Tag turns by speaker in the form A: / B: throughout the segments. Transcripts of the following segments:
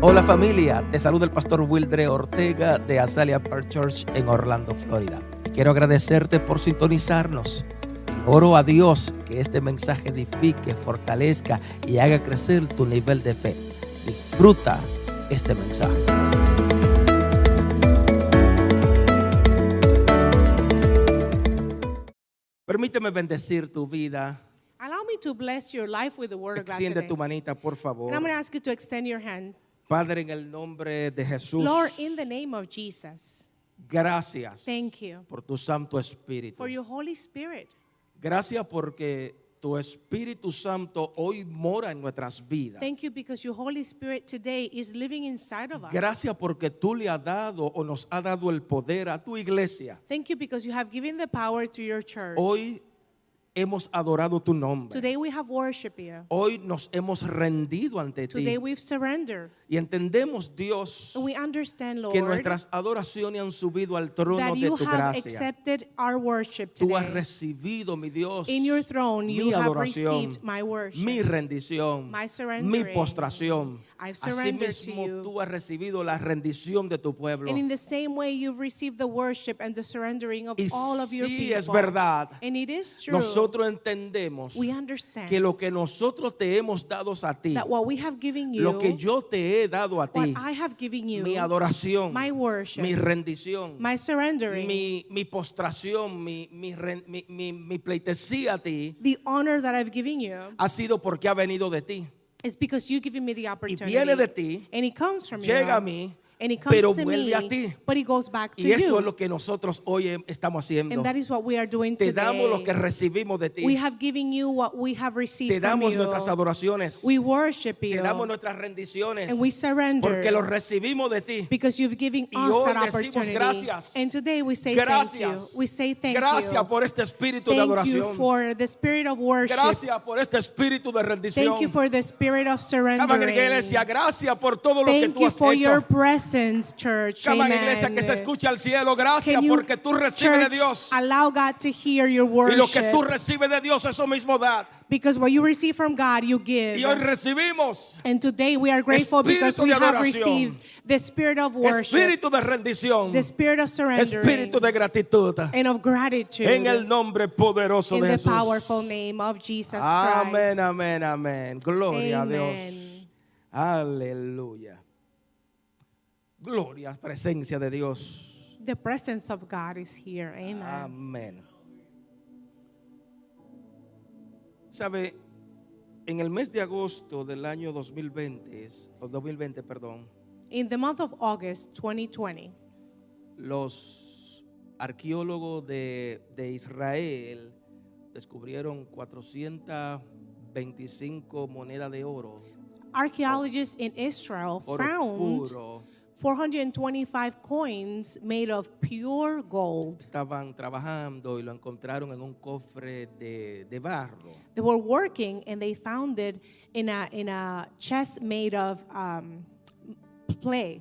A: Hola familia, te saluda el pastor Wildre Ortega de Azalea Park Church en Orlando, Florida. Y quiero agradecerte por sintonizarnos. Y oro a Dios que este mensaje edifique, fortalezca y haga crecer tu nivel de fe. Disfruta este mensaje. Permíteme bendecir tu vida.
B: Allow me to bless your life with the word of God
A: Extiende
B: today.
A: tu manita, por favor.
B: And I'm going to ask you to extend your hand.
A: Padre, en el nombre de Jesús,
B: Lord, in the name of Jesus,
A: gracias
B: thank you
A: por tu Santo Espíritu.
B: for your Holy Spirit.
A: Gracias porque tu Espíritu Santo hoy mora en nuestras vidas.
B: Thank you because your Holy Spirit today is living inside of us.
A: Gracias porque tú le has dado o nos has dado el poder a tu iglesia.
B: Thank you because you have given the power to your church.
A: Hoy hemos adorado tu nombre.
B: Today we have worshiped you.
A: Hoy nos hemos rendido ante ti.
B: Today we've surrendered.
A: Y entendemos, Dios,
B: And we understand, Lord,
A: que nuestras adoraciones han subido al trono
B: that
A: de
B: you
A: tu
B: have
A: gracia.
B: accepted our worship
A: Tú has
B: today.
A: recibido, mi Dios,
B: In your throne,
A: mi
B: you have
A: adoración,
B: received my worship.
A: mi rendición,
B: my
A: mi
B: surrendering.
A: postración.
B: I've surrendered to
A: Asimismo,
B: you.
A: tú has recibido la rendición de tu pueblo.
B: And in the same way, you've received the worship and the surrendering of
A: Y
B: all of your
A: sí
B: people.
A: es verdad.
B: And it is true.
A: Nosotros entendemos
B: we understand
A: que lo que nosotros te hemos dado a ti,
B: that what we have given you,
A: lo que yo te he dado a
B: what
A: ti,
B: I have given you,
A: mi adoración,
B: my worship,
A: mi rendición,
B: my surrendering,
A: mi, mi postración, mi, mi ren- mi- mi- mi pleitesía a ti,
B: the honor that I've given you,
A: ha sido porque ha venido de ti.
B: is because you've given me the opportunity.
A: viene de ti,
B: and it comes from you.
A: llega a mí,
B: and it comes
A: pero
B: to
A: vuelve
B: me,
A: a ti.
B: but it goes back to
A: Y eso
B: you.
A: es lo que nosotros hoy em- estamos haciendo.
B: and that is what we are doing
A: Te
B: today.
A: damos lo que recibimos de ti.
B: we have given you what we have received
A: Te
B: from
A: damos
B: you.
A: nuestras adoraciones.
B: we worship you.
A: Te damos nuestras rendiciones.
B: And we surrender
A: Porque lo recibimos de ti.
B: because you've given
A: Y
B: us
A: hoy
B: that
A: decimos
B: opportunity.
A: gracias.
B: And today we say thank
A: Gracias.
B: you. We say thank
A: Gracias
B: you.
A: por este espíritu de
B: thank you
A: adoración.
B: for the spirit of worship.
A: Gracias por este espíritu de rendición.
B: Thank you for the spirit of
A: Cama en
B: surrendering.
A: iglesia, gracias por todo lo que
B: Thank
A: tú
B: you
A: has
B: for your
A: hecho.
B: presence, church.
A: Cama en
B: Amen.
A: iglesia que se escucha al cielo, gracias
B: Can you,
A: porque tú recibes
B: church,
A: de Dios.
B: allow God to hear your
A: Y
B: worship?
A: lo que tú recibes de Dios, eso mismo da.
B: because what you receive from God, you give.
A: Y hoy recibimos
B: and today we are grateful because
A: Espíritu
B: we
A: de
B: have
A: adoración.
B: received the spirit of worship,
A: espíritu de rendición,
B: the spirit of surrendering,
A: espíritu de gratitud.
B: and of gratitude.
A: En el nombre poderoso
B: in
A: de
B: the
A: Jesús.
B: powerful name of Jesus Christ.
A: Amén, amén, amén. Gloria a Dios.
B: Amen.
A: Aleluya. Gloria, presencia de Dios.
B: The presence of God is here. Amen.
A: Amén. Sabe, en el mes de agosto del año 2020, es- o 2020, perdón,
B: in the month of August 2020,
A: los arqueólogos de, de Israel descubrieron 425 monedas de oro,
B: archaeologists in Israel
A: oro
B: found
A: puro.
B: 425 coins made of pure gold.
A: Estaban trabajando y lo encontraron en un cofre de, de barro.
B: They were working and they found it in a in a chest made of um, clay,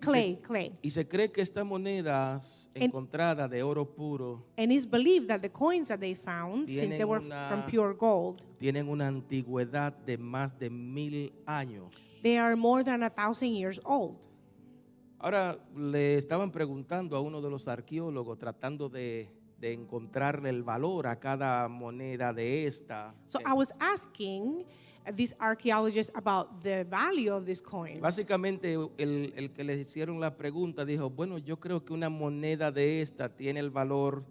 B: clay, clay.
A: Y se cree que estas monedas
B: En-
A: encontradas de oro puro
B: And it's believed that the coins that they found, since they
A: Tienen
B: were
A: una-
B: from pure gold,
A: tienen una antigüedad de más de mil años.
B: They are more than a thousand years old.
A: Ahora le estaban preguntando a uno de los arqueólogos tratando de, de encontrarle el valor a cada moneda de esta.
B: So I was asking these archaeologists about the value of these coins.
A: Básicamente el, el que les hicieron la pregunta dijo, bueno, yo creo que una moneda de esta tiene el valor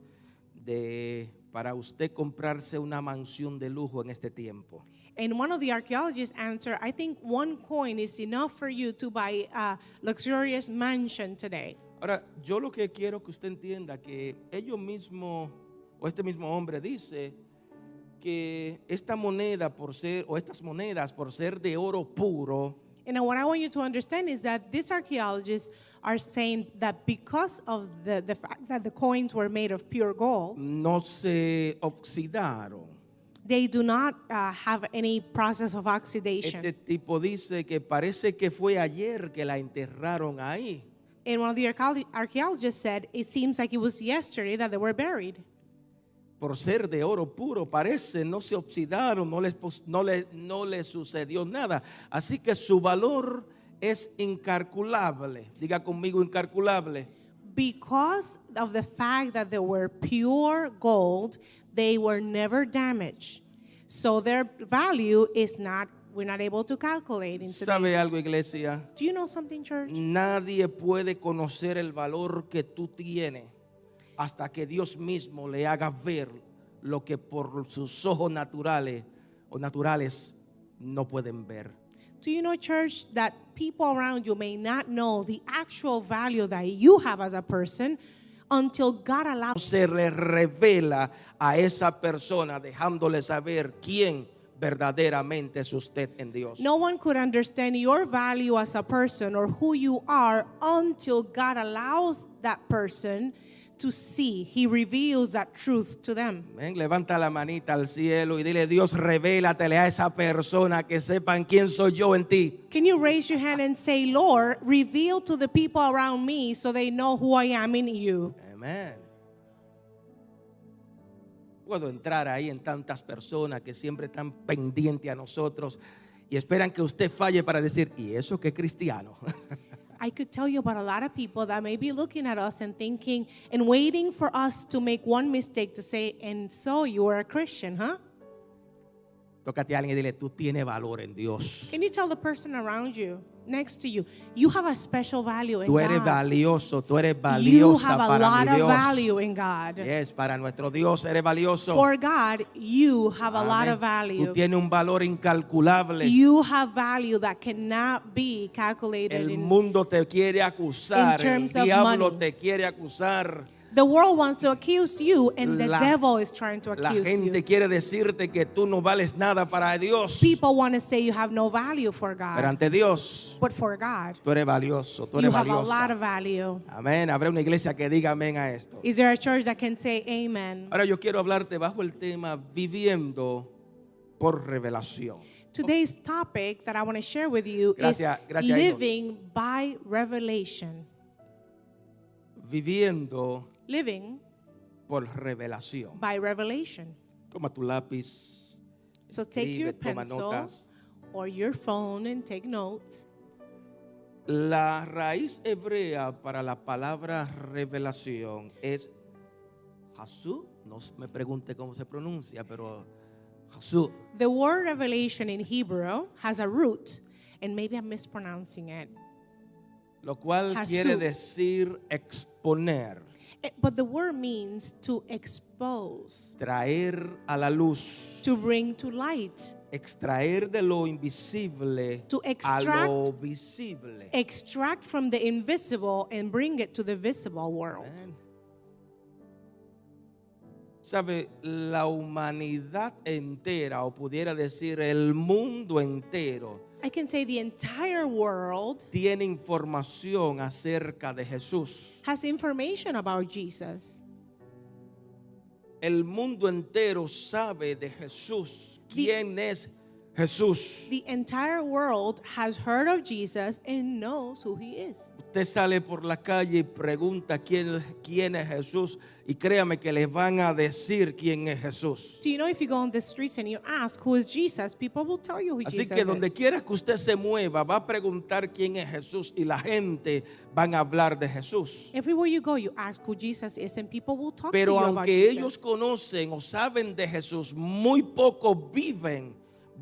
A: de para usted comprarse una mansión de lujo en este tiempo.
B: And one of the archaeologists answered, I think one coin is enough for you to buy a luxurious mansion today.
A: Ahora, yo lo que quiero que usted entienda que ellos mismos, o este mismo hombre dice que esta moneda por ser, o estas monedas por ser de oro puro,
B: And what I want you to understand is that these archaeologists are saying that because of the, the fact that the coins were made of pure gold,
A: no se oxidaron.
B: they do not uh, have any process of oxidation.
A: Este tipo dice que parece que fue ayer que la enterraron ahí.
B: And one of the archaeolo- archaeologists said, it seems like it was yesterday that they were buried.
A: Por ser de oro puro, parece, no se oxidaron, no les, pos- no le, no les sucedió nada. Así que su valor es incalculable. Diga conmigo incalculable.
B: Because of the fact that they were pure gold, they were never damaged. So their value is not, we're not able to calculate in
A: ¿Sabe
B: today's.
A: algo, iglesia?
B: Do you know something, church?
A: Nadie puede conocer el valor que tú tienes hasta que Dios mismo le haga ver lo que por sus ojos naturales o naturales no pueden ver.
B: Do you know, church, that people around you may not know the actual value that you have as a person until God allows?
A: Se le revela a esa persona dejándole saber quién verdaderamente es usted en Dios.
B: No one could understand your value as a person or who you are until God allows that person to see. He reveals that truth to them.
A: Amén. Levanta la manita al cielo y dile, Dios, revélatele a esa persona que sepan quién soy yo en ti.
B: Can you raise your hand and say, Lord, reveal to the people around me so they know who I am in you?
A: Amén. Puedo entrar ahí en tantas personas que siempre están pendientes a nosotros y esperan que usted falle para decir, y eso que es cristiano.
B: I could tell you about a lot of people that may be looking at us and thinking and waiting for us to make one mistake to say, and so you are a Christian, huh?
A: Tócate a alguien y dile, tú tienes valor en Dios.
B: Can you tell the person around you, next to you, you have a special value in
A: Tú eres
B: God.
A: valioso, tú eres
B: You
A: valiosa
B: have a
A: para
B: lot
A: mi
B: of
A: Dios.
B: value in God.
A: Yes, para nuestro Dios eres valioso.
B: For God, you have a lot
A: Amén.
B: of
A: Tú
B: value.
A: tienes un valor incalculable.
B: You have value that cannot be calculated
A: El
B: in
A: mundo te quiere acusar,
B: in
A: el
B: terms of
A: diablo
B: money.
A: te quiere acusar,
B: The world wants to accuse you, and the
A: La-
B: devil is trying to
A: la
B: accuse
A: gente
B: you.
A: quiere decirte que tú no vales nada para Dios,
B: People want to say you have no value for
A: pero
B: God,
A: ante Dios
B: but for God,
A: tú eres valioso, tú
B: you
A: eres
B: have a lot of
A: valiosa.
B: value.
A: Amén, habrá una iglesia que diga amén a esto.
B: Is there a church that can say amen?
A: Ahora yo quiero hablarte bajo el tema viviendo por revelación.
B: Today's topic that I want to share with you
A: Gracias-
B: is
A: gracias, Idol.
B: living by revelation.
A: Viviendo
B: Living
A: por revelación.
B: by revelation.
A: Toma tu lápiz,
B: So take your
A: Escribe, toma
B: pencil
A: notas.
B: or your phone and take notes.
A: La raíz hebrea para la palabra revelación es Jesús. No me pregunte cómo se pronuncia, pero Jesús.
B: The word revelation in Hebrew has a root, and maybe I'm mispronouncing it.
A: Lo cual
B: Hasú.
A: quiere decir exponer,
B: Eh, But the word means to expose,
A: traer a la luz,
B: to bring to light,
A: extraer de lo invisible
B: To
A: a lo
B: extract.
A: visible.
B: extract from the invisible and bring it to the visible world.
A: Amén. Sabe, la humanidad entera, o pudiera decir el mundo entero,
B: I can say the entire world
A: tiene información acerca de Jesús.
B: has information about Jesus.
A: El mundo entero sabe de Jesús. ¿Quién es Jesús?
B: The entire world has heard of Jesus and knows who he is.
A: Usted sale por la calle y pregunta quién, quién es Jesús y créame que les van a decir quién es Jesús.
B: Do you know if you go on the streets and you ask who is Jesus, people will tell you who
A: Así
B: Jesus
A: que donde
B: is.
A: quiera que usted se mueva, va a preguntar quién es Jesús y la gente van a hablar de Jesús.
B: Everywhere you go, you ask who Jesus is, and people will talk
A: Pero
B: to you about
A: aunque
B: Jesus.
A: ellos conocen o saben de Jesús, muy pocos viven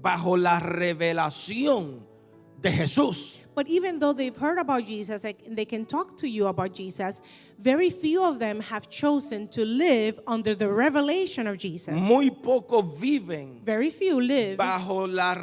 A: bajo la revelación de Jesús.
B: But even though they've heard about Jesus like, and they can talk to you about Jesus, very few of them have chosen to live under the revelation of Jesus.
A: Muy pocos viven
B: Very few live
A: bajo la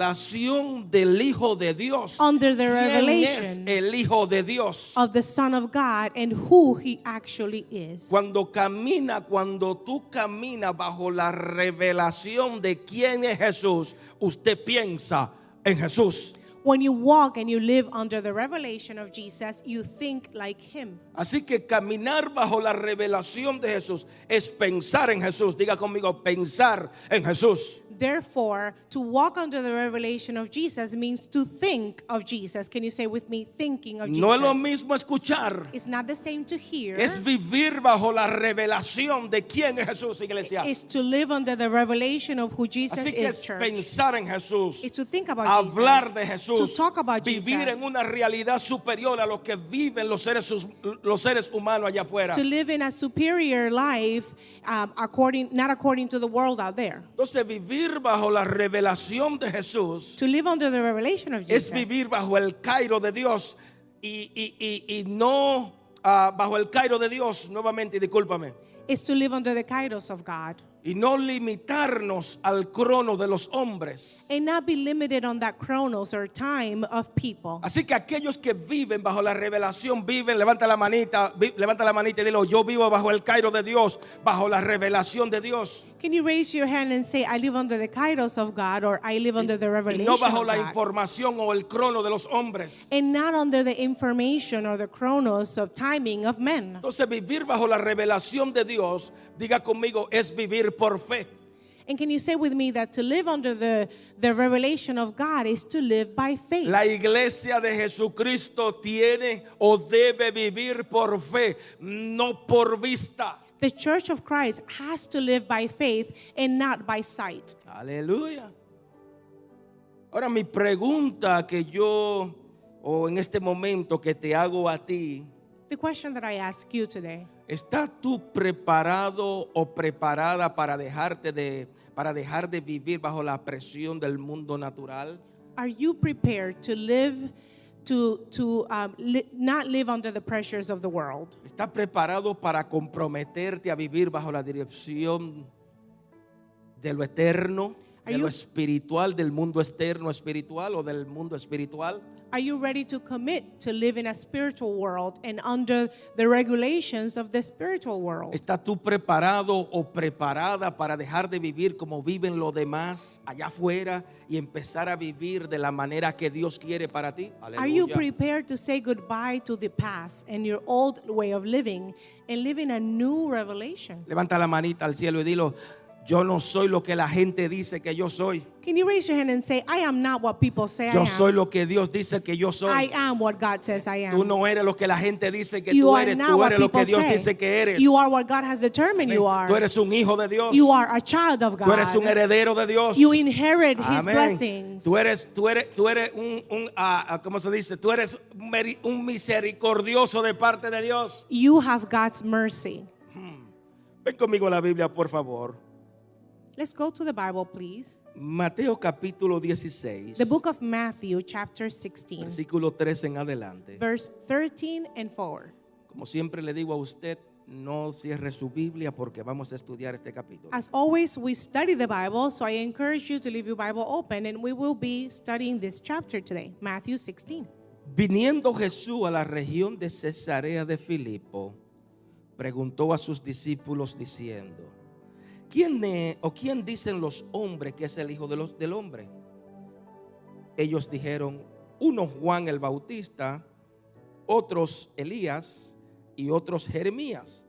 A: revelación del Hijo de Dios.
B: Under the
A: ¿Quién es
B: revelation.
A: el Hijo de Dios?
B: of the Son of God and who He actually is.
A: Cuando camina, cuando tú caminas bajo la revelación de quién es Jesús, usted piensa en Jesús.
B: When you walk and you live under the revelation of Jesus, you think like Him.
A: Así que caminar bajo la revelación de Jesús es pensar en Jesús. Diga conmigo, pensar en Jesús.
B: Therefore, to walk under the revelation of Jesus means to think of Jesus. Can you say with me, thinking of Jesus?
A: No es lo mismo escuchar,
B: It's not the same to hear.
A: es vivir bajo la revelación de quién es Jesús, iglesia.
B: It's to live under the revelation of who Jesus
A: Así que
B: is,
A: es
B: church.
A: pensar en Jesús,
B: It's to think about
A: hablar
B: Jesus,
A: de Jesús,
B: to talk about
A: vivir
B: Jesus,
A: en una realidad superior a lo que viven los seres, hus- los seres humanos allá afuera.
B: to live in a superior life, um, according not according to the world out there.
A: Entonces vivir bajo la revelación de Jesús
B: To live under the revelation of
A: es
B: Jesus
A: vivir bajo el Cairo de Dios y, y- y- y no ah, bajo el Cairo de Dios, nuevamente, y discúlpame,
B: is to live under the kairos of God
A: y no limitarnos al crono de los hombres.
B: and not be limited on that chronos or time of people.
A: Así que aquellos que viven bajo la revelación viven, levanta la manita, vi- levanta la manita y dilo, yo vivo bajo el Cairo de Dios, bajo la revelación de Dios,
B: Can you raise your hand and say, I live under the kairos of God or I live under the
A: y
B: revelation
A: no bajo
B: of
A: la
B: God?
A: información o el crono de los hombres.
B: and not under the information or the chronos of timing of men.
A: Entonces vivir bajo la revelación de Dios, diga conmigo, es vivir por fe.
B: And can you say with me that to live under the, the revelation of God is to live by faith?
A: La iglesia de Jesucristo tiene o debe vivir por fe, no por vista.
B: the church of Christ has to live by faith and not by sight.
A: Aleluya. Ahora mi pregunta que yo, o en este momento que te hago a ti,
B: The question that I ask you today
A: ¿estás tú preparado o preparada para dejarte de, para dejar de vivir bajo la presión del mundo natural?
B: are you prepared to live, to, to um, li- not live under the pressures of the world?
A: ¿Estás preparado para comprometerte a vivir bajo la dirección de lo eterno,
B: Are
A: de
B: you-
A: lo espiritual, del mundo externo espiritual o del mundo espiritual?
B: Are you ready to commit to live in a spiritual world and under the regulations of the spiritual world?
A: ¿Estás tú preparado o preparada para dejar de vivir como viven los demás allá afuera y empezar a vivir de la manera que Dios quiere para ti?
B: Are you
A: Aleluya.
B: prepared to say goodbye to the past and your old way of living and live in a new revelation?
A: Levanta la manita al cielo y dilo, yo no soy lo que la gente dice que yo soy.
B: Can you raise your hand and say, I am not what people say I
A: Yo
B: am.
A: soy lo que Dios dice que yo soy.
B: I am what God says I am.
A: Tú no eres lo que la gente dice que
B: you
A: tú
B: are
A: eres,
B: not
A: tú
B: what
A: eres lo
B: people
A: que Dios
B: say.
A: dice que eres.
B: You are what God has determined you are.
A: Tú eres un hijo de Dios.
B: you are a child of God.
A: Tú eres un heredero de Dios.
B: you inherit His
A: Amén.
B: blessings.
A: Tú eres, tú eres, tú eres un, un ah, ah, ¿cómo se dice? Tú eres un meri- un misericordioso de parte de Dios.
B: you have God's mercy.
A: Ven conmigo a la Biblia, por favor.
B: Let's go to the Bible, please.
A: Mateo capítulo 16,
B: The book of Matthew, chapter 16,
A: versículo 3 en adelante.
B: verse 13 and forward.
A: Como siempre le digo a usted, no cierre su Biblia porque vamos a estudiar este capítulo.
B: As always, we study the Bible, so I encourage you to leave your Bible open, and we will be studying this chapter today, Matthew 16.
A: Viniendo Jesús a la región de Cesarea de Filipo, preguntó a sus discípulos diciendo, ¿quién es, o quién dicen los hombres que es el Hijo de los- del Hombre? Ellos dijeron, uno Juan el Bautista, otros Elías y otros Jeremías,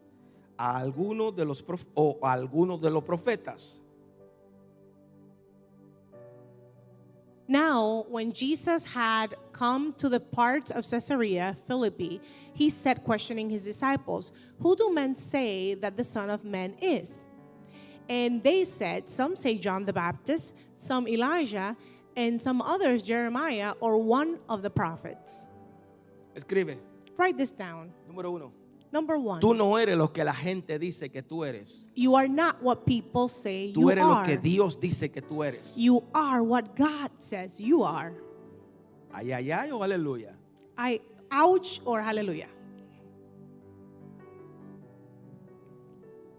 A: a algunos de los prof- o a algunos de los profetas.
B: Now, when Jesus had come to the parts of Caesarea Philippi, he said, questioning his disciples, Who do men say that the Son of Man is? And they said, Some say John the Baptist, some Elijah, and some others Jeremiah or one of the prophets.
A: Escribe,
B: Write this down.
A: número uno,
B: Number one,
A: tú no eres lo que la gente dice que tú eres.
B: you are not what people say
A: Tú
B: you
A: eres lo
B: are.
A: que Dios dice que tú eres.
B: you are what God says you are.
A: Ay, ay, ay o aleluya.
B: I ouch or hallelujah.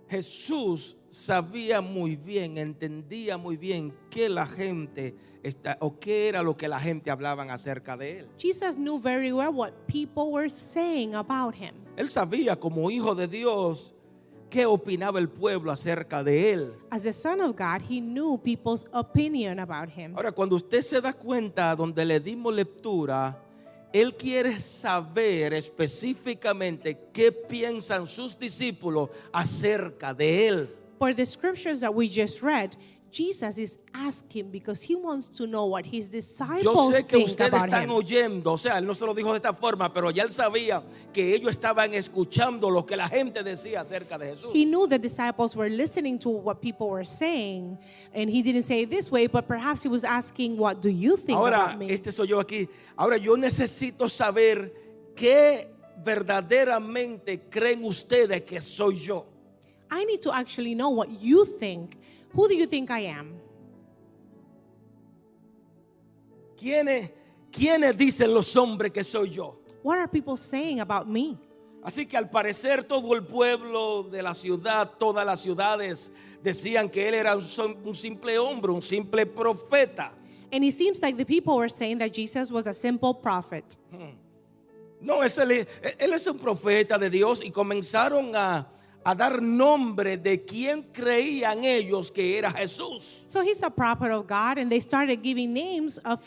A: Jesús sabía muy bien, entendía muy bien que la gente está o qué era lo que la gente hablaban acerca de él.
B: Jesus knew very well what people were saying about him.
A: Él sabía como hijo de Dios qué opinaba el pueblo acerca de él.
B: As the Son of God, he knew people's opinion about him.
A: Ahora, cuando usted se da cuenta donde le dimos lectura, él quiere saber específicamente qué piensan sus discípulos acerca de él.
B: For the scriptures that we just read, Jesus is asking because he wants to know what his
A: Yo
B: disciples
A: sé que
B: think
A: ustedes
B: about
A: están
B: him.
A: oyendo, o sea, él no se lo dijo de esta forma, pero ya él sabía que ellos estaban escuchando lo que la gente decía acerca de Jesús.
B: He knew the disciples were listening to what people were saying, and he didn't say it this way, but perhaps he was asking, What do you think
A: Ahora,
B: about me?
A: este soy yo aquí. Ahora yo necesito saber qué verdaderamente creen ustedes que soy yo.
B: I need to actually know what you think. Who do you think I am?
A: ¿Quiénes, quiénes dicen los hombres que soy yo?
B: What are people saying about me?
A: Así que al parecer todo el pueblo de la ciudad, todas las ciudades decían que él era un, som- un simple hombre, un simple profeta.
B: And it seems like the people were saying that Jesus was a simple prophet.
A: No, es el- él es un profeta de Dios y comenzaron a, a dar nombre de quién creían ellos que era Jesús.
B: So he's a prophet of God, and they started giving names of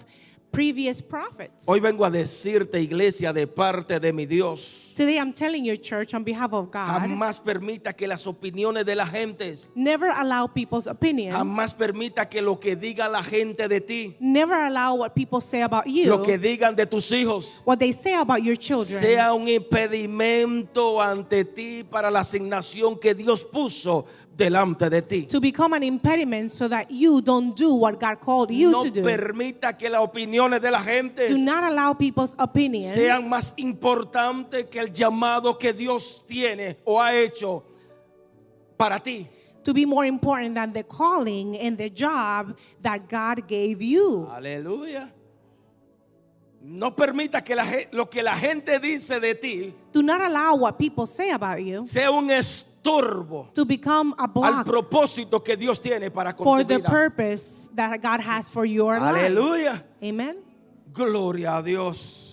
B: previous prophets.
A: Hoy vengo a decirte, iglesia, de parte de mi Dios,
B: Today I'm telling your church on behalf of God,
A: jamás permita que las opiniones de la gente,
B: never allow people's opinions.
A: jamás permita que lo que diga la gente de ti,
B: Never allow what people say about
A: lo que
B: you,
A: digan de tus hijos,
B: what they say about your children,
A: sea un impedimento ante ti para la asignación que Dios puso delante de ti.
B: to become an impediment so that you don't do what God called you
A: No
B: to do.
A: permita que las opiniones de la gente
B: Do not allow people's opinions
A: sean más importantes que el llamado que Dios tiene o ha hecho para ti.
B: to be more important than the calling and the job that God gave you.
A: Aleluya. No permita que la ge- lo que la gente dice de ti
B: Do not allow what people say about you
A: sea un estorbo
B: to become a
A: al
B: block
A: propósito que Dios tiene para con
B: for
A: tu
B: the
A: vida.
B: purpose that God has for your life.
A: Aleluya.
B: Amen.
A: Gloria a Dios.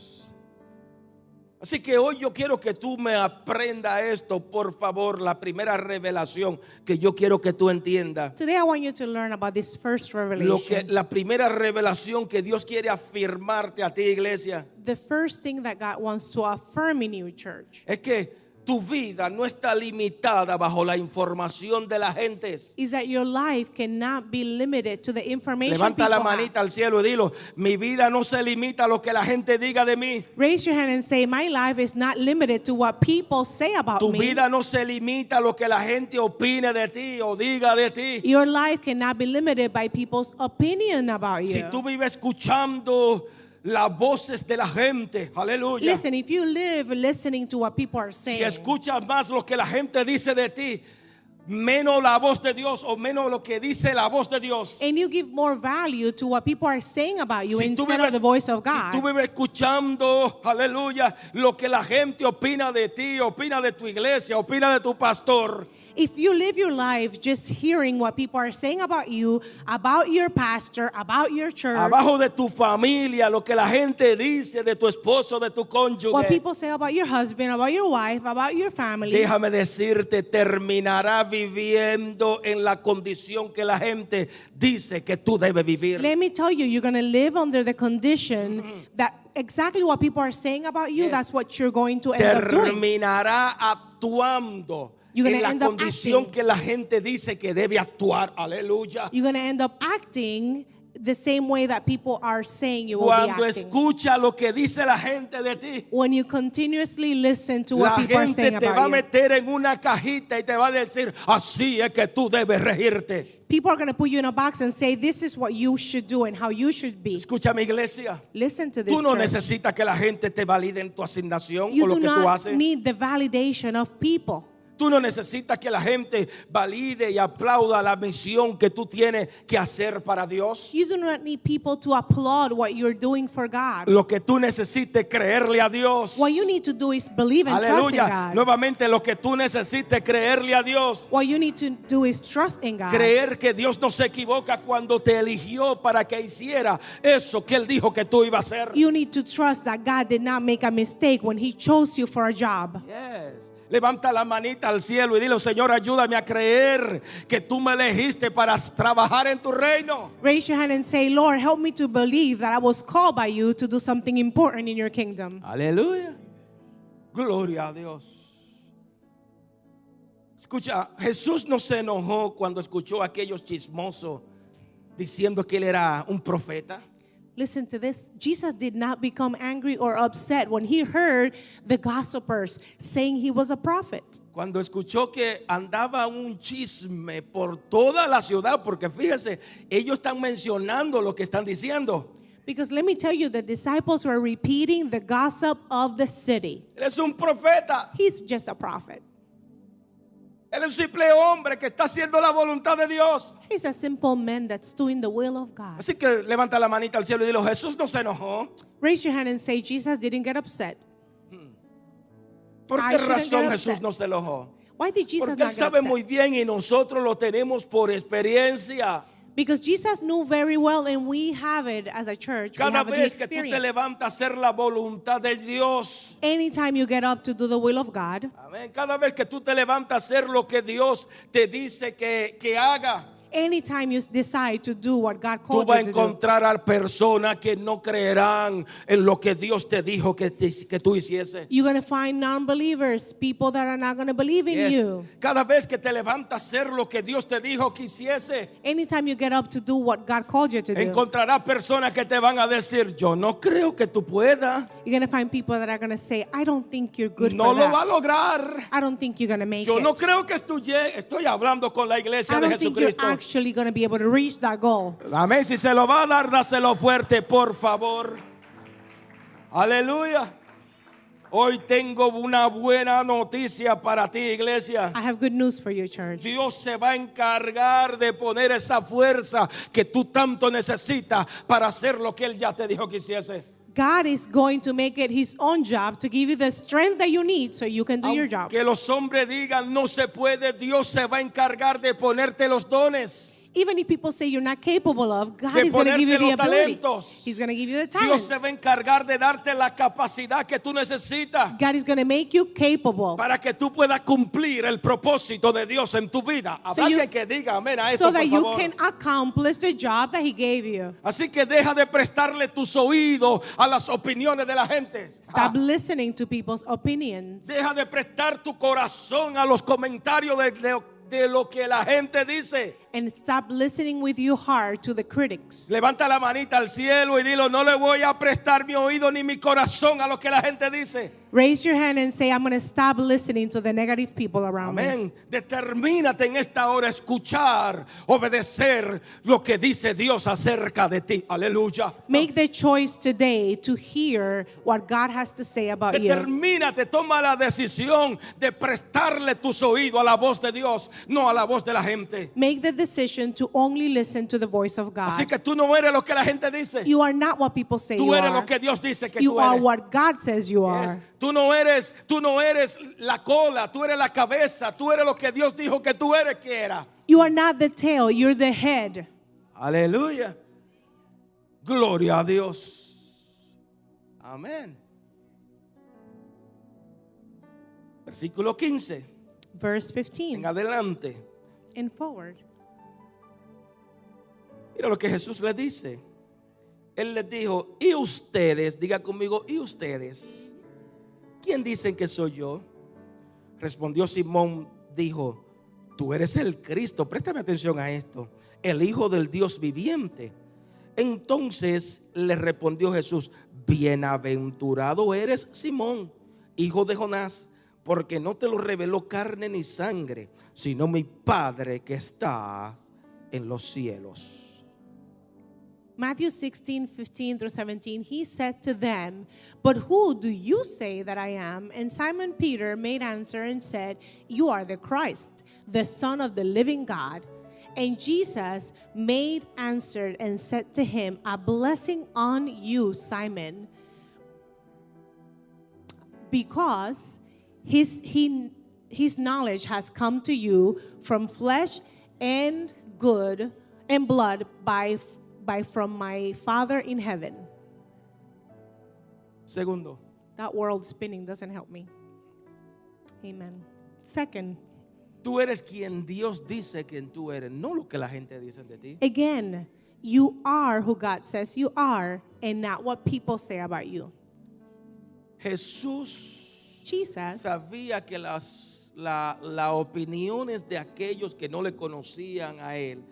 A: Así que hoy yo quiero que tú me aprendas esto, por favor, la primera revelación que yo quiero que tú entiendas.
B: Today I want you to learn about this first
A: Lo que,
B: revelation.
A: la primera revelación que Dios quiere afirmarte a ti, iglesia,
B: The first thing that God wants to affirm in you, church,
A: es que tu vida no está limitada bajo la información de la gente.
B: is that your life cannot be limited to the information
A: Levanta la
B: people have.
A: manita al cielo y dilo, mi vida no se limita a lo que la gente diga de mí.
B: Raise your hand and say, My life is not limited to what people say about
A: Tu
B: me.
A: vida no se limita a lo que la gente opine de ti o diga de ti.
B: Your life cannot be limited by people's opinion about you.
A: Si tú vives escuchando las voces de la gente, aleluya.
B: Listen, if you live listening to what people are saying,
A: Si escuchas más lo que la gente dice de ti, menos la voz de Dios o menos lo que dice la voz de Dios.
B: and you give more value to what people are saying about you
A: Si tú,
B: instead
A: vives,
B: of the voice of
A: si
B: God,
A: tú vives escuchando, aleluya, lo que la gente opina de ti, opina de tu iglesia, opina de tu pastor,
B: if you live your life just hearing what people are saying about you, about your pastor, about your church,
A: abajo de tu familia, lo que la gente dice de tu esposo, de tu
B: what
A: cónyuge,
B: people say about your husband, about your wife, about your family,
A: déjame decirte, terminará viviendo en la condición que la gente dice que tú debes vivir.
B: let me tell you, you're going to live under the
A: Mm-hmm.
B: condition that exactly what people are saying about you, that's what you're going to end up doing.
A: Terminará actuando.
B: You're
A: En
B: gonna
A: la
B: end up
A: condición
B: acting.
A: que la gente dice que debe actuar, aleluya.
B: You're going to end up acting the same way that people are saying you will
A: Cuando
B: be acting.
A: escucha lo que dice la gente de ti,
B: when you continuously listen to
A: la
B: what people are
A: gente
B: saying
A: te va a
B: about you,
A: meter en una cajita y te va a decir, así es que tú debes regirte.
B: people are going to put you in a box and say, This is what you should do and how you should be.
A: Escucha mi iglesia.
B: Listen to this.
A: Tú no
B: church.
A: necesitas que la gente te valide en tu asignación
B: you
A: o lo
B: do
A: que tú
B: not
A: haces.
B: need the validation of people.
A: Tú no necesitas que la gente valide y aplauda la misión que tú tienes que hacer para Dios.
B: You do not need people to applaud what you're doing for God.
A: Lo que tú necesites es creerle a Dios.
B: What you need to do is believe and trust in
A: Aleluya.
B: God.
A: Nuevamente lo que tú necesites es creerle a Dios.
B: What you need to do is trust in God.
A: Creer que Dios no se equivoca cuando te eligió para que hiciera eso que Él dijo que tú ibas a hacer.
B: You need to trust that God did not make a mistake when He chose you for a job.
A: Yes. Levanta la manita al cielo y dile, Señor, ayúdame a creer que tú me elegiste para trabajar en tu reino.
B: Raise your hand and say, Lord, help me to believe that I was called by you to do something important in your kingdom.
A: Aleluya. Gloria a Dios. Escucha, Jesús no se enojó cuando escuchó a aquellos chismosos diciendo que él era un profeta.
B: Listen to this. Jesus did not become angry or upset when he heard the gossipers saying he was a prophet.
A: Cuando escuchó que andaba un chisme por toda la ciudad, porque fíjese, ellos están mencionando lo que están diciendo.
B: Because let me tell you, the disciples were repeating the gossip of the city.
A: Él es un profeta,
B: He's just a prophet.
A: él es un simple hombre que está haciendo la voluntad de Dios.
B: He's a simple man that's doing the will of God.
A: Así que levanta la manita al cielo y dile, Jesús no se enojó.
B: Raise your hand and say, Jesus didn't get upset.
A: ¿Por
B: I
A: qué
B: shouldn't get
A: razón
B: upset.
A: Jesús no se enojó?
B: Why did Jesus
A: Porque
B: not
A: él
B: get
A: sabe
B: upset?
A: muy bien y nosotros lo tenemos por experiencia.
B: Because Jesus knew very well, and we have it as a church. we
A: Cada
B: have the
A: vez que tú
B: experience.
A: te levantas a hacer la voluntad de Dios,
B: Anytime you get up to do the will of God,
A: amén. Cada vez que tú te levantas a hacer lo que Dios te dice que, que haga,
B: anytime you decide to do what God
A: tú
B: called
A: vas a
B: you to do,
A: encontrar a personas que no creerán en lo que Dios te dijo que, te- que tú hiciese.
B: you're going to find non-believers, people that are not going to believe in
A: Yes.
B: you.
A: Cada vez que te levantas a hacer lo que Dios te dijo que hiciese,
B: Anytime you get up to do what God called you to do,
A: encontrarás personas que te van a decir, yo no creo que tú puedas,
B: you're going to find people that are going to say, "I don't think you're good
A: no
B: for
A: lo
B: that.
A: va a lograr.
B: I don't think you're going to make
A: Yo
B: it.
A: no creo que tú llegues. Estoy hablando con la iglesia
B: I
A: de
B: don't think you're
A: Jesucristo.
B: actually going to be able to reach that goal."
A: Amén. Si se lo va a dar, dáselo fuerte, por favor. Aleluya. Hoy tengo una buena noticia para ti, iglesia.
B: I have good news for you, church.
A: Dios se va a encargar de poner esa fuerza que tú tanto necesitas para hacer lo que Él ya te dijo que hiciese.
B: God is going to make it his own job to give you the strength that you need so you can do your job.
A: Que los hombres digan no se puede, Dios se va a encargar de ponerte los dones.
B: Even if people say you're not capable of, God
A: De
B: is going to give you the
A: ponerte los
B: ability.
A: talentos.
B: He's going to give you the
A: Dios
B: talents.
A: se va a encargar de darte la capacidad que tú necesitas
B: God is going to make you capable
A: para que tú puedas cumplir el propósito de Dios en tu vida. Habrá
B: you-
A: alguien que diga amén a
B: so
A: esto,
B: that
A: por
B: you
A: favor.
B: can accomplish the job that he gave you.
A: Así que deja de prestarle tus oídos a las opiniones de la gente.
B: Stop
A: Ah,
B: listening to people's opinions.
A: Deja de prestar tu corazón a los comentarios de, de- de lo que la gente dice.
B: And stop listening with your heart to the critics.
A: Levanta la manita al cielo y dilo, no le voy a prestar mi oído ni mi corazón a lo que la gente dice.
B: Raise your hand and say, I'm going to stop listening to the negative people around me.
A: Amén. Determínate en esta hora a escuchar, obedecer lo que dice Dios acerca de ti. Aleluya.
B: Make the choice today to hear what God has to say about you.
A: Determínate, toma la decisión de prestarle tus oídos a la voz de Dios, no a la voz de la gente.
B: Make the decision to only listen to the voice of
A: Así
B: God.
A: que tú no eres lo que la gente dice.
B: You are not what people say you
A: Tú eres
B: are.
A: lo que Dios dice que
B: You
A: tú
B: are
A: eres.
B: what God says you
A: Es-
B: are.
A: Tú no eres, tú no eres la cola, tú eres la cabeza, tú eres lo que Dios dijo que tú eres que era.
B: You are not the tail, you're the head.
A: Aleluya. Gloria a Dios. Amén. Versículo 15
B: Verse
A: en
B: 15
A: adelante.
B: and forward.
A: Mira lo que Jesús le dice. Él les dijo, ¿y ustedes? Diga conmigo, ¿y ustedes? ¿Quién dicen que soy yo? Respondió Simón, dijo, tú eres el Cristo, préstame atención a esto, el Hijo del Dios viviente. Entonces le respondió Jesús, bienaventurado eres Simón, hijo de Jonás, porque no te lo reveló carne ni sangre, sino mi Padre que está en los cielos.
B: Matthew 16, 15 through 17, he said to them, But who do you say that I am? And Simon Peter made answer and said, You are the Christ, the Son of the living God. And Jesus made answer and said to him, A blessing on you, Simon, because his, he, his knowledge has come to you from flesh and good and blood by, by from my father in heaven
A: Segundo,
B: that world spinning doesn't help me amen second
A: tú eres quien Dios dice que tú eres, no lo que la gente dice de ti.
B: again you are who god says you are and not what people say about you
A: Jesús
B: jesus
A: sabía que las la- las opiniones de aquellos que no le conocían a él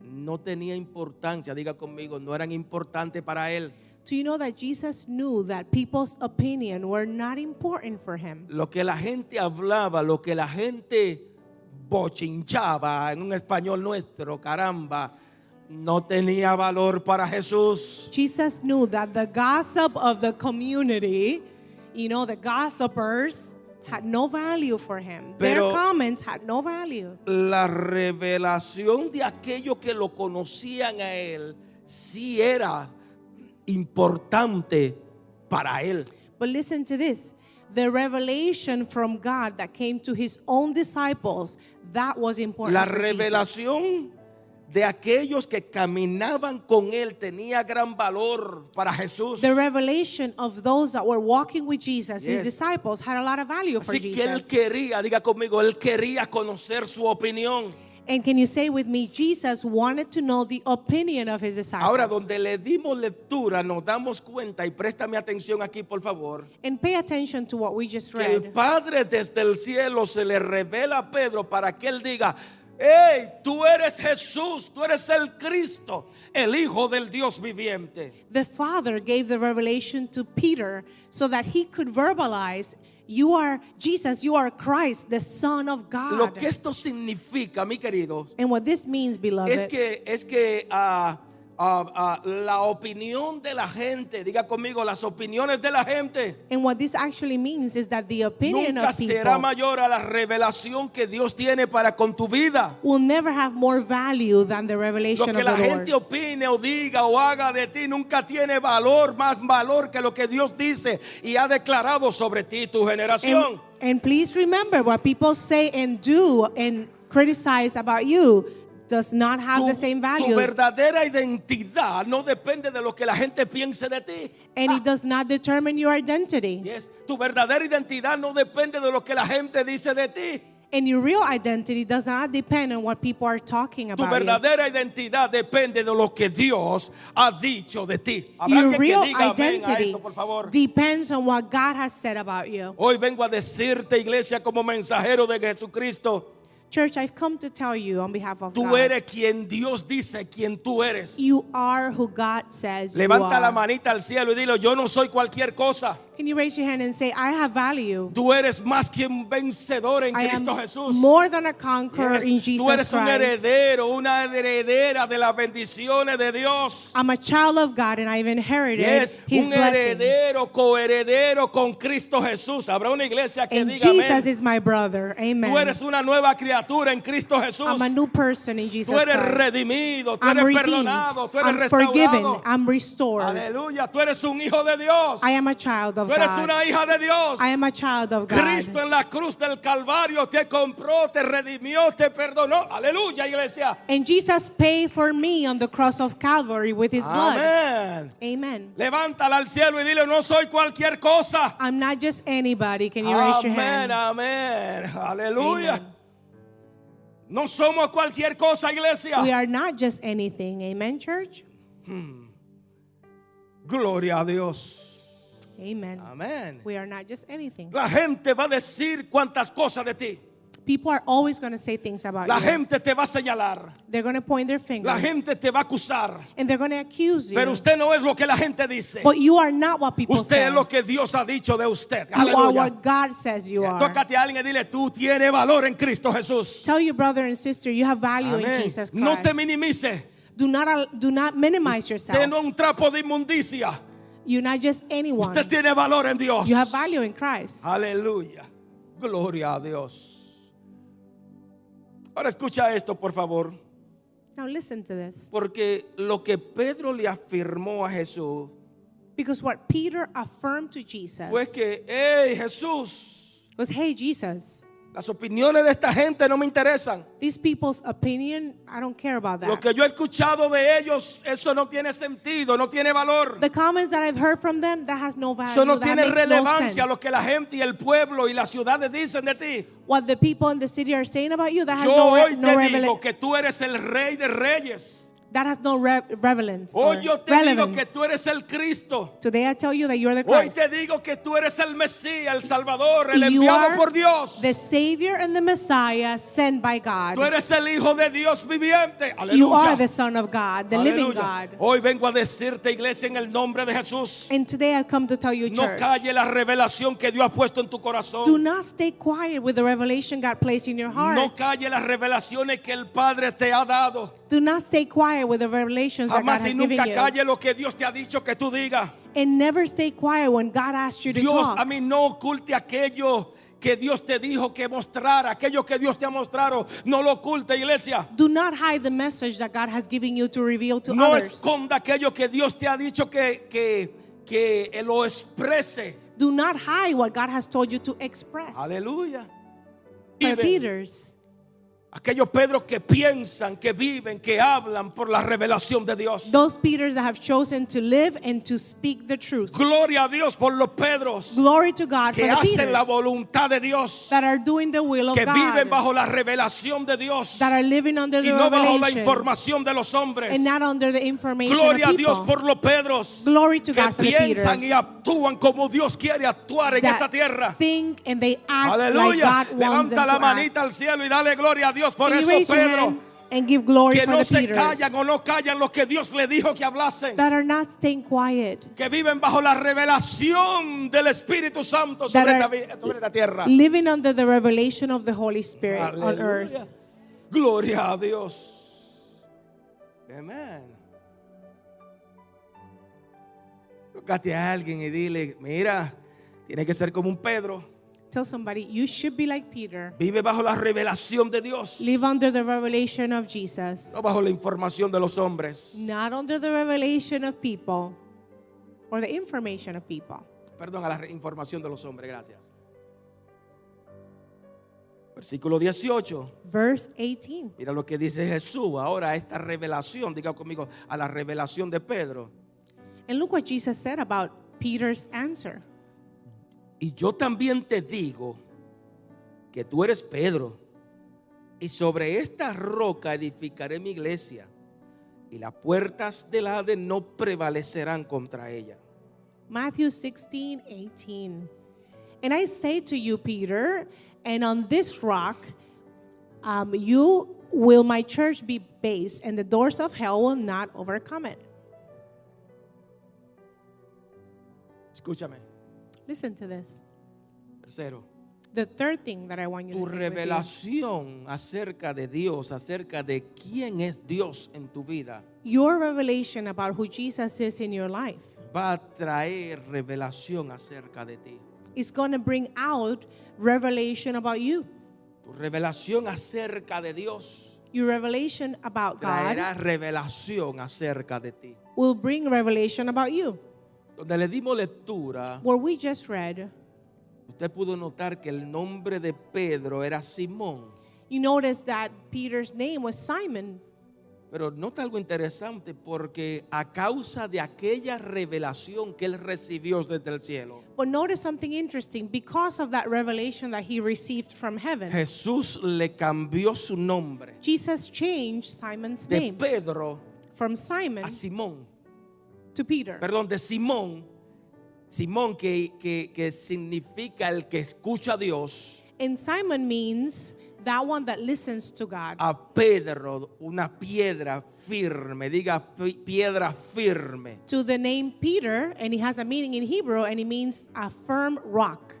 A: no tenía importancia, diga conmigo, no eran importantes para él.
B: Do you know that Jesus knew that people's opinion were not important for him?
A: Lo que la gente hablaba, lo que la gente bochinchaba en un español nuestro, caramba, no tenía valor para Jesús.
B: Jesus knew that the gossip of the community, you know, the gossipers, had no value for him.
A: Pero-
B: Their comments had no value.
A: La revelación de aquellos que lo conocían a él sí era importante para él.
B: But listen to this the revelation from God that came to his own disciples, that was important.
A: La
B: for Jesus.
A: revelación de aquellos que caminaban con él tenía gran valor para Jesús.
B: The revelation of those that were walking with Jesus,
A: Yes.
B: his disciples, had a lot of value for
A: Así que él
B: Jesus.
A: quería, diga conmigo, él quería conocer su opinión.
B: and can you say with me, Jesus wanted to know the opinion of his disciples.
A: Ahora, donde le dimos lectura, nos damos cuenta, y préstame atención aquí, por favor,
B: and pay attention to what we just
A: que el
B: read.
A: Padre desde el cielo se le revela a Pedro para que él diga, hey, tú eres Jesús, tú eres el Cristo, el Hijo del Dios viviente.
B: The Father gave the revelation to Peter so that he could verbalize, You are Jesus, you are Christ, the Son of God.
A: Lo que esto significa, mi querido,
B: and what this means, beloved,
A: es que, es que ah, ah, ah, la opinión de la gente, diga conmigo, las opiniones de la gente.
B: and what this actually means is that the opinion
A: Nunca
B: of people
A: será mayor a la revelación que Dios tiene para con tu vida.
B: will never have more value than the
A: Lo
B: revelation
A: que
B: of
A: la
B: the
A: gente
B: Lord.
A: opine o diga o haga de ti nunca tiene valor, más valor que lo que Dios dice y ha declarado sobre ti tu
B: And,
A: generación.
B: and please remember what people say and do and criticize about you does not have
A: Tu,
B: the same
A: tu
B: value.
A: verdadera identidad no depende de lo que la gente piense de ti.
B: And it does not determine your identity.
A: Yes. Tu verdadera identidad no depende de lo que la gente dice de ti.
B: And your real identity does not depend on what people are talking
A: Tu
B: about. you.
A: verdadera identidad depende de lo que Dios ha dicho de ti. Habrá
B: Your
A: alguien que
B: real
A: diga amén a
B: identity
A: esto, por favor.
B: depends on what God has said about you.
A: Hoy vengo a decirte, iglesia, como mensajero de Jesucristo,
B: Church, I've come to tell you on behalf of
A: tú
B: God,
A: eres quien Dios dice, quien tú eres.
B: you are who God says you
A: Levanta
B: are.
A: la manita al cielo y dile, yo no soy cualquier cosa.
B: Can you raise your hand and say, I have value?
A: Tú eres más que un vencedor en
B: I am
A: Cristo Jesús.
B: more than a conqueror
A: Yes.
B: in Jesus
A: Tú eres un
B: Christ.
A: heredero, una heredera de las bendiciones de Dios.
B: I'm a child of God and I've inherited
A: Yes,
B: His
A: un
B: blessings.
A: heredero, coheredero con Cristo Jesús. Habrá una iglesia que
B: and
A: diga,
B: Jesus
A: amén.
B: is my brother. Amen.
A: tú eres una nueva criatura en Cristo Jesús.
B: I'm a new person in Jesus
A: Tú eres
B: Christ.
A: redimido, tú
B: I'm
A: eres
B: redeemed.
A: perdonado, tú eres
B: I'm forgiven.
A: restaurado.
B: I'm restored.
A: Aleluya, tú eres un hijo de Dios.
B: I am a child of
A: Tú eres
B: God.
A: una hija de Dios.
B: I am a child of God.
A: Cristo en la cruz del Calvario te compró, te redimió, te perdonó. Aleluya, iglesia.
B: and Jesus paid for me on the cross of Calvary with his blood.
A: Amén.
B: Amen.
A: Levántala al cielo y dile, no soy cualquier cosa.
B: I'm not just anybody. Can you raise your
A: Amén,
B: hand?
A: amén. Aleluya.
B: Amen.
A: No somos cualquier cosa,
B: We
A: iglesia.
B: are not just anything. Amen, church?
A: Gloria a Dios.
B: Amen.
A: Amén.
B: We are not just anything.
A: La gente va a decir cuantas cosas de ti.
B: People are always going to say things about
A: La
B: you.
A: gente te va a señalar.
B: They're going to point their fingers.
A: La gente te va a acusar.
B: and they're going to accuse you.
A: Pero usted no es lo que la gente dice.
B: but you are not what people
A: Usted
B: say.
A: es lo que Dios ha dicho de usted.
B: you are
A: Aleluya.
B: what God says you are.
A: Tócate a alguien y dile, tú tienes valor en Cristo Jesús.
B: Tell your brother and sister you have value in
A: Amén.
B: Jesus Christ.
A: No te minimice.
B: do not al- do not minimize yourself.
A: Usted no es un trapo de inmundicia.
B: You're not just anyone.
A: Usted tiene valor en Dios. Ah.
B: You have value in Christ.
A: Aleluya. Gloria a Dios. Ahora escucha esto, por favor.
B: Now listen to this.
A: Porque lo que Pedro le afirmó a Jesús
B: Because what Peter affirmed to Jesus
A: fue que, hey Jesús,
B: was, "Hey Jesus,
A: las opiniones de esta gente no me interesan.
B: these people's opinion, I don't care about
A: Lo
B: that.
A: que yo he escuchado de ellos, eso no tiene sentido, no tiene valor.
B: The comments that I've heard from them, that has no value.
A: Eso no
B: that
A: tiene
B: makes no
A: relevancia
B: sense.
A: lo que la gente y el pueblo y las ciudades dicen de ti.
B: What the people in the city are saying about you, that has
A: Yo
B: no, re-
A: hoy
B: no
A: te digo
B: revelation.
A: que tú eres el rey de reyes.
B: That has no re- relevance. or
A: Hoy yo te digo
B: relevance.
A: que tú eres el Cristo.
B: Today I tell you that you are the
A: Hoy
B: Christ.
A: te digo que tú eres el Mesías, el Salvador, el
B: you
A: enviado
B: are
A: por Dios.
B: the Savior and the Messiah sent by God.
A: Tú eres el Hijo de Dios viviente.
B: You are the
A: Aleluya.
B: Son of God, the living
A: Aleluya.
B: God.
A: Hoy vengo a decirte, iglesia, en el nombre de Jesús.
B: And today I've come to tell you,
A: No
B: church,
A: calle la revelación que Dios ha puesto en tu corazón.
B: do not stay quiet with the revelation God placed in your
A: No
B: heart.
A: calle las revelaciones que el Padre te ha dado.
B: Do not stay quiet with the revelations that God
A: Jamás y
B: has given
A: nunca
B: you.
A: calle lo que Dios te ha dicho que tú digas.
B: And never stay quiet when God asks you to
A: Dios, a
B: talk.
A: mí no oculte aquello que Dios te dijo que mostrara, aquello que Dios te ha mostrado, no lo oculte, iglesia.
B: Do not hide the message that God has given you to reveal to
A: No
B: others.
A: esconda aquello que Dios te ha dicho que, que, que lo exprese.
B: Do not hide what God has told you to express.
A: Aleluya.
B: For
A: Viven.
B: Peter's,
A: Aquellos Pedro que piensan, que viven, que hablan por la revelación de Dios.
B: those Peters that have chosen to live and to speak the truth.
A: Gloria a Dios por los Pedros
B: Glory to God for
A: que
B: the
A: hacen
B: Peters
A: la voluntad de Dios,
B: that are doing the will of
A: que
B: Oh, God,
A: viven bajo la revelación de Dios
B: that are living under
A: y
B: the
A: no bajo la
B: revelation
A: información de los hombres.
B: and not under the information
A: Gloria a
B: of people.
A: Dios por los Pedros
B: Glory to
A: que
B: God for the
A: piensan y
B: Peters
A: actúan como Dios quiere actuar en
B: that
A: esta tierra.
B: think and they act
A: Aleluya.
B: like God wants
A: Levanta
B: them
A: la
B: to act.
A: manita al cielo y dale gloria a Dios por
B: Can you
A: eso,
B: raise your hand
A: Pedro.
B: and give glory
A: Que
B: for
A: no
B: the
A: se
B: Peters
A: callan o no callan lo que Dios le dijo que hablasen.
B: that are not staying quiet,
A: Que viven bajo la revelación del Espíritu Santo
B: That are-
A: sobre, esta, vi- sobre esta tierra.
B: living under the revelation of the Holy Spirit on
A: Aleluya.
B: earth.
A: Gloria a Dios. Amén. Tócate a alguien y dile, mira, tiene que ser como un Pedro.
B: Tell somebody you should be like Peter.
A: Vive bajo la revelación de Dios,
B: Live under the revelation of Jesus,
A: no bajo la información de los hombres.
B: not under the revelation of people or the information of people.
A: Perdón, a la re- información de los hombres, gracias. Versículo 18.
B: Verse 18.
A: Mira lo que dice Jesús. Ahora esta revelación, diga conmigo, a la revelación de Pedro.
B: And look what Jesus said about Peter's answer.
A: Y yo también te digo que tú eres Pedro, y sobre esta roca edificaré mi iglesia, y las puertas del Hades no prevalecerán contra ella.
B: Matthew 16, 18. And I say to you, Peter, and on this rock um, you will my church be based, and the doors of hell will not overcome it.
A: Escúchame.
B: Listen to this.
A: Tercero,
B: The third thing that I want you to
A: tu
B: take with you.
A: revelación acerca de Dios, acerca de quién es Dios en tu vida,
B: Your revelation about who Jesus is in your life
A: va a traer revelación acerca de ti.
B: is going to bring out revelation about you.
A: Tu revelación acerca de Dios
B: Your revelation about God
A: traerá revelación acerca de ti.
B: will bring revelation about you.
A: Donde le dimos lectura,
B: What we just read,
A: usted pudo notar que el nombre de Pedro era Simón.
B: you notice that Peter's name was Simon.
A: Pero nota algo interesante porque a causa de aquella revelación que él recibió desde el cielo,
B: But notice something interesting because of that revelation that he received from heaven.
A: Jesús le cambió su nombre
B: Jesus changed Simon's
A: de
B: name
A: Pedro
B: from Simon
A: a Simón.
B: to Peter.
A: Perdón, de Simón. Simón que, que- que significa el que escucha a Dios,
B: And Simon means that one that listens to God.
A: a Pedro, una piedra firme, diga pi- piedra firme.
B: to the name Peter, and it has a meaning in Hebrew, and it means a firm rock.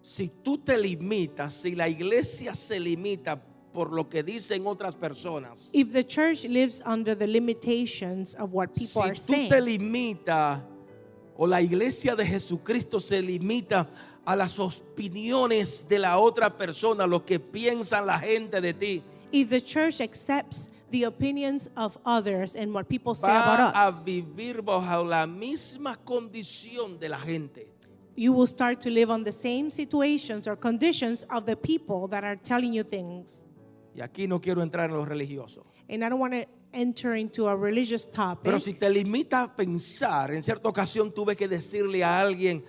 A: Si tú te limitas, si la iglesia se limita por lo que dicen otras personas,
B: If the church lives under the limitations of what people are
A: si tú
B: saying,
A: te limitas o la iglesia de Jesucristo se limita a las opiniones de la otra persona, lo que piensa la gente de ti,
B: if the church accepts the opinions of others and what people say
A: va
B: about
A: a
B: us,
A: vivir bajo la misma condición de la gente.
B: you will start to live on the same situations or conditions of the people that are telling you things.
A: Y aquí no quiero entrar en lo religioso.
B: And I don't want to enter into a religious
A: Pero
B: topic.
A: si te limita a pensar, en cierta ocasión tuve que decirle a alguien,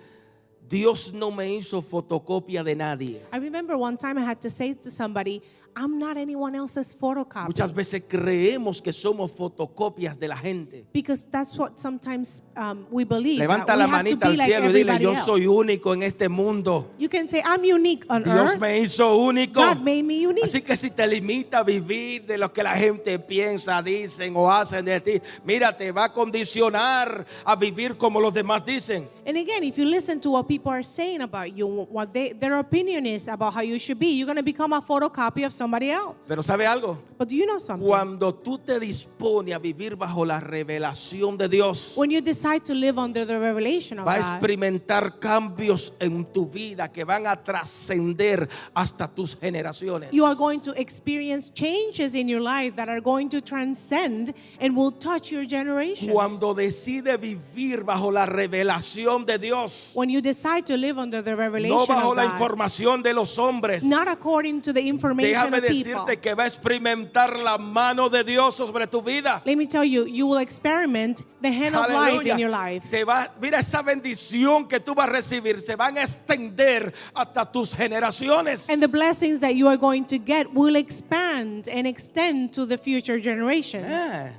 A: Dios no me hizo fotocopia de nadie.
B: I remember one time I had to say to somebody, I'm not anyone else's
A: Muchas
B: photocopy.
A: veces creemos que somos fotocopias de la gente.
B: Because that's what sometimes um, we believe. that
A: Levanta
B: we
A: la
B: have to
A: manita
B: be
A: al
B: like
A: cielo y dile,
B: everybody
A: yo
B: else."
A: soy único en este mundo.
B: You can say, I'm unique on
A: Dios
B: earth.
A: me hizo único.
B: God made me unique.
A: Así que si te limita a vivir de lo que la gente piensa, dicen o hacen de ti, mira, te va a condicionar a vivir como los demás dicen.
B: And again, if you listen to what people are saying about you, what they, their opinion is about how you should be, you're going to become a photocopy of somebody else.
A: Pero ¿sabe algo?
B: But do you know something?
A: Cuando tú te dispones a vivir bajo la revelación de Dios,
B: when you decide to live under the revelation of
A: va a
B: God,
A: experimentar cambios en tu vida que van a trascender hasta tus generaciones.
B: you are going to experience changes in your life that are going to transcend and will touch your generations.
A: Cuando decide vivir bajo la revelación de Dios,
B: when you decide to live under the revelation
A: no bajo
B: of
A: la
B: God,
A: información de los hombres.
B: not according to the information
A: Déjame
B: of people.
A: decirte que va a experimentar la mano de Dios sobre tu vida.
B: Let me tell you, you will experiment the hand of life
A: Aleluya.
B: in your life.
A: Te va, mira esa bendición que tú vas a recibir, se van a extender hasta tus generaciones.
B: And the blessings that you are going to get will expand and extend to the future generations.
A: Eh,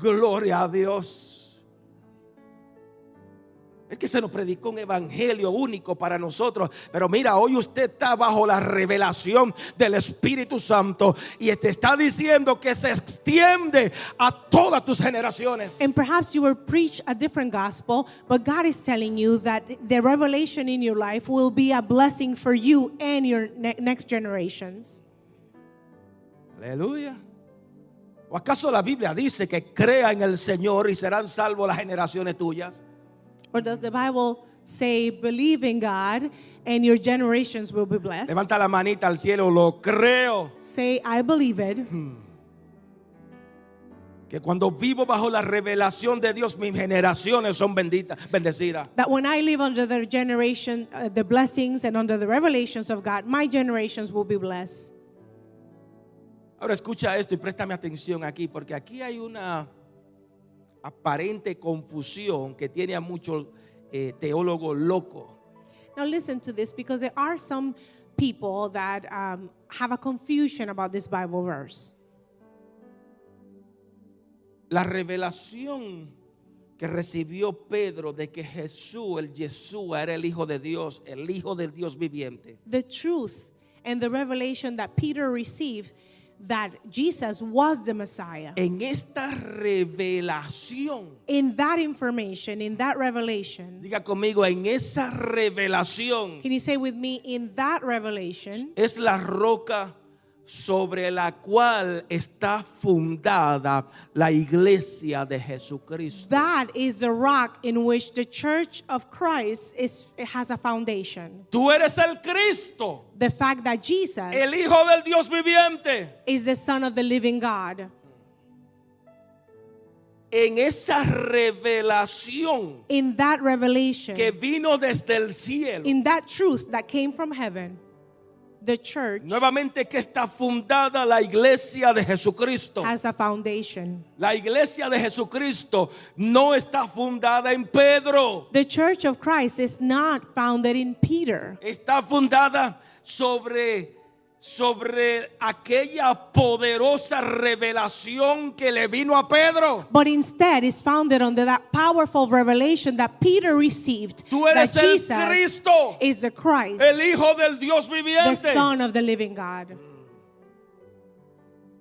A: gloria a Dios. Es que se nos predicó un evangelio único para nosotros. Pero mira, hoy usted está bajo la revelación del Espíritu Santo y te está diciendo que se extiende a todas tus generaciones.
B: And perhaps you will preach a different gospel, but God is telling you that the revelation in your life will be a blessing for you and your ne- next generations.
A: Aleluya. ¿O acaso la Biblia dice que crea en el Señor y serán salvos las generaciones tuyas?
B: Or does the Bible say, believe in God and your generations will be blessed?
A: Levanta la manita al cielo, lo creo.
B: Say, I believe it.
A: Que cuando vivo bajo la revelación de Dios, mis generaciones son benditas, bendecidas.
B: That when I live under the generation, uh, the blessings and under the revelations of God, my generations will be blessed.
A: Ahora escucha esto y préstame atención aquí, porque aquí hay una aparente confusión que tiene a muchos eh, teólogos locos.
B: Now listen to this because there are some people that um, have a confusion about this Bible verse.
A: La revelación que recibió Pedro de que Jesús, el Yeshua, era el Hijo de Dios, el Hijo del Dios viviente,
B: The truth and the revelation that Peter received that Jesus was the Messiah.
A: en esta revelación,
B: In that information, in that revelation,
A: diga conmigo, en esa revelación
B: can you say with me, in that revelation
A: es la roca sobre la cual está fundada la iglesia de Jesucristo.
B: that is the rock in which the church of Christ is, has a foundation.
A: Tú eres el Cristo,
B: The fact that Jesus
A: el Hijo del Dios viviente.
B: is the Son of the living God.
A: En esa revelación
B: In that revelation,
A: que vino desde el cielo.
B: in that truth that came from heaven, the church
A: Nuevamente que está fundada la iglesia de Jesucristo.
B: has a foundation.
A: La iglesia de Jesucristo no está fundada en Pedro.
B: The church of Christ is not founded in Peter.
A: Está fundada sobre sobre aquella poderosa revelación que le vino a Pedro.
B: But instead is founded under that powerful revelation that Peter received
A: Tú eres
B: that
A: el
B: Jesus
A: Cristo,
B: is the Christ,
A: El Hijo del Dios
B: the
A: viviente.
B: Son of the living God.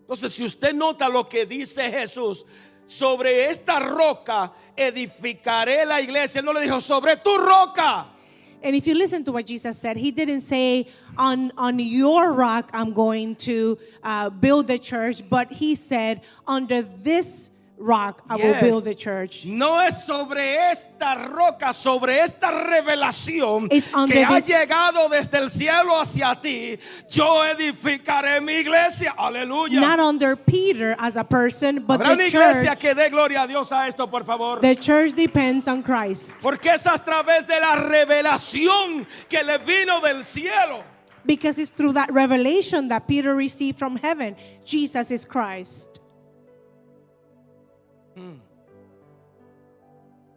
A: Entonces, si usted nota lo que dice Jesús, sobre esta roca edificaré la iglesia. Él no le dijo, sobre tu roca.
B: And if you listen to what Jesus said, he didn't say, on, on your rock I'm going to uh, build the church, but he said, under this rock I
A: Yes.
B: will build the church.
A: No es sobre esta roca, sobre esta revelación
B: It's under
A: que ha
B: this-
A: llegado desde el cielo hacia ti. Yo edificaré mi iglesia. Aleluya.
B: Not under Peter as a person, but
A: Habrá una
B: the church.
A: iglesia que dé gloria a Dios a esto, por favor.
B: The church depends on Christ
A: Porque es a través de la revelación que le vino del cielo.
B: because it's through that revelation that Peter received from heaven. Jesus is Christ.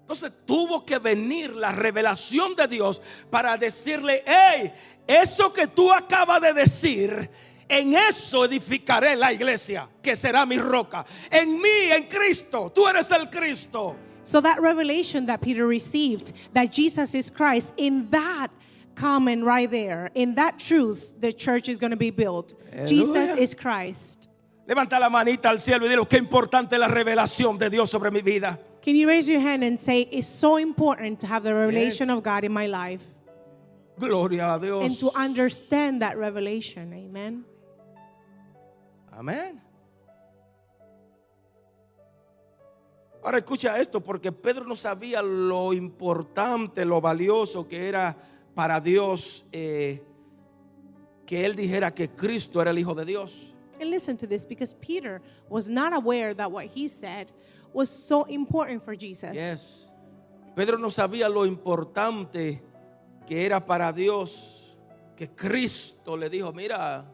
A: Entonces tuvo que venir la revelación de Dios para decirle, hey, eso que tú acabas de decir En eso edificaré la iglesia, que será mi roca. En mí, en Cristo, tú eres el Cristo.
B: So that revelation that Peter received that Jesus is Christ, in that comment right there, in that truth, the church is going to be built. Jesus
A: Hallelujah.
B: is Christ.
A: Levanta la manita al cielo y dile, qué importante es la revelación de Dios sobre mi vida.
B: Can you raise your hand and say, It's so important to have the revelation of God in my life
A: Gloria a Dios.
B: and to understand that revelation? Amen.
A: Amén. Ahora escucha esto, porque Pedro no sabía lo importante, lo valioso que era para Dios eh, que él dijera que Cristo era el Hijo de Dios.
B: And listen to this because Peter was not aware that what he said was so important for Jesus.
A: Yes. Pedro no sabía lo importante que era para Dios que Cristo le dijo, mira,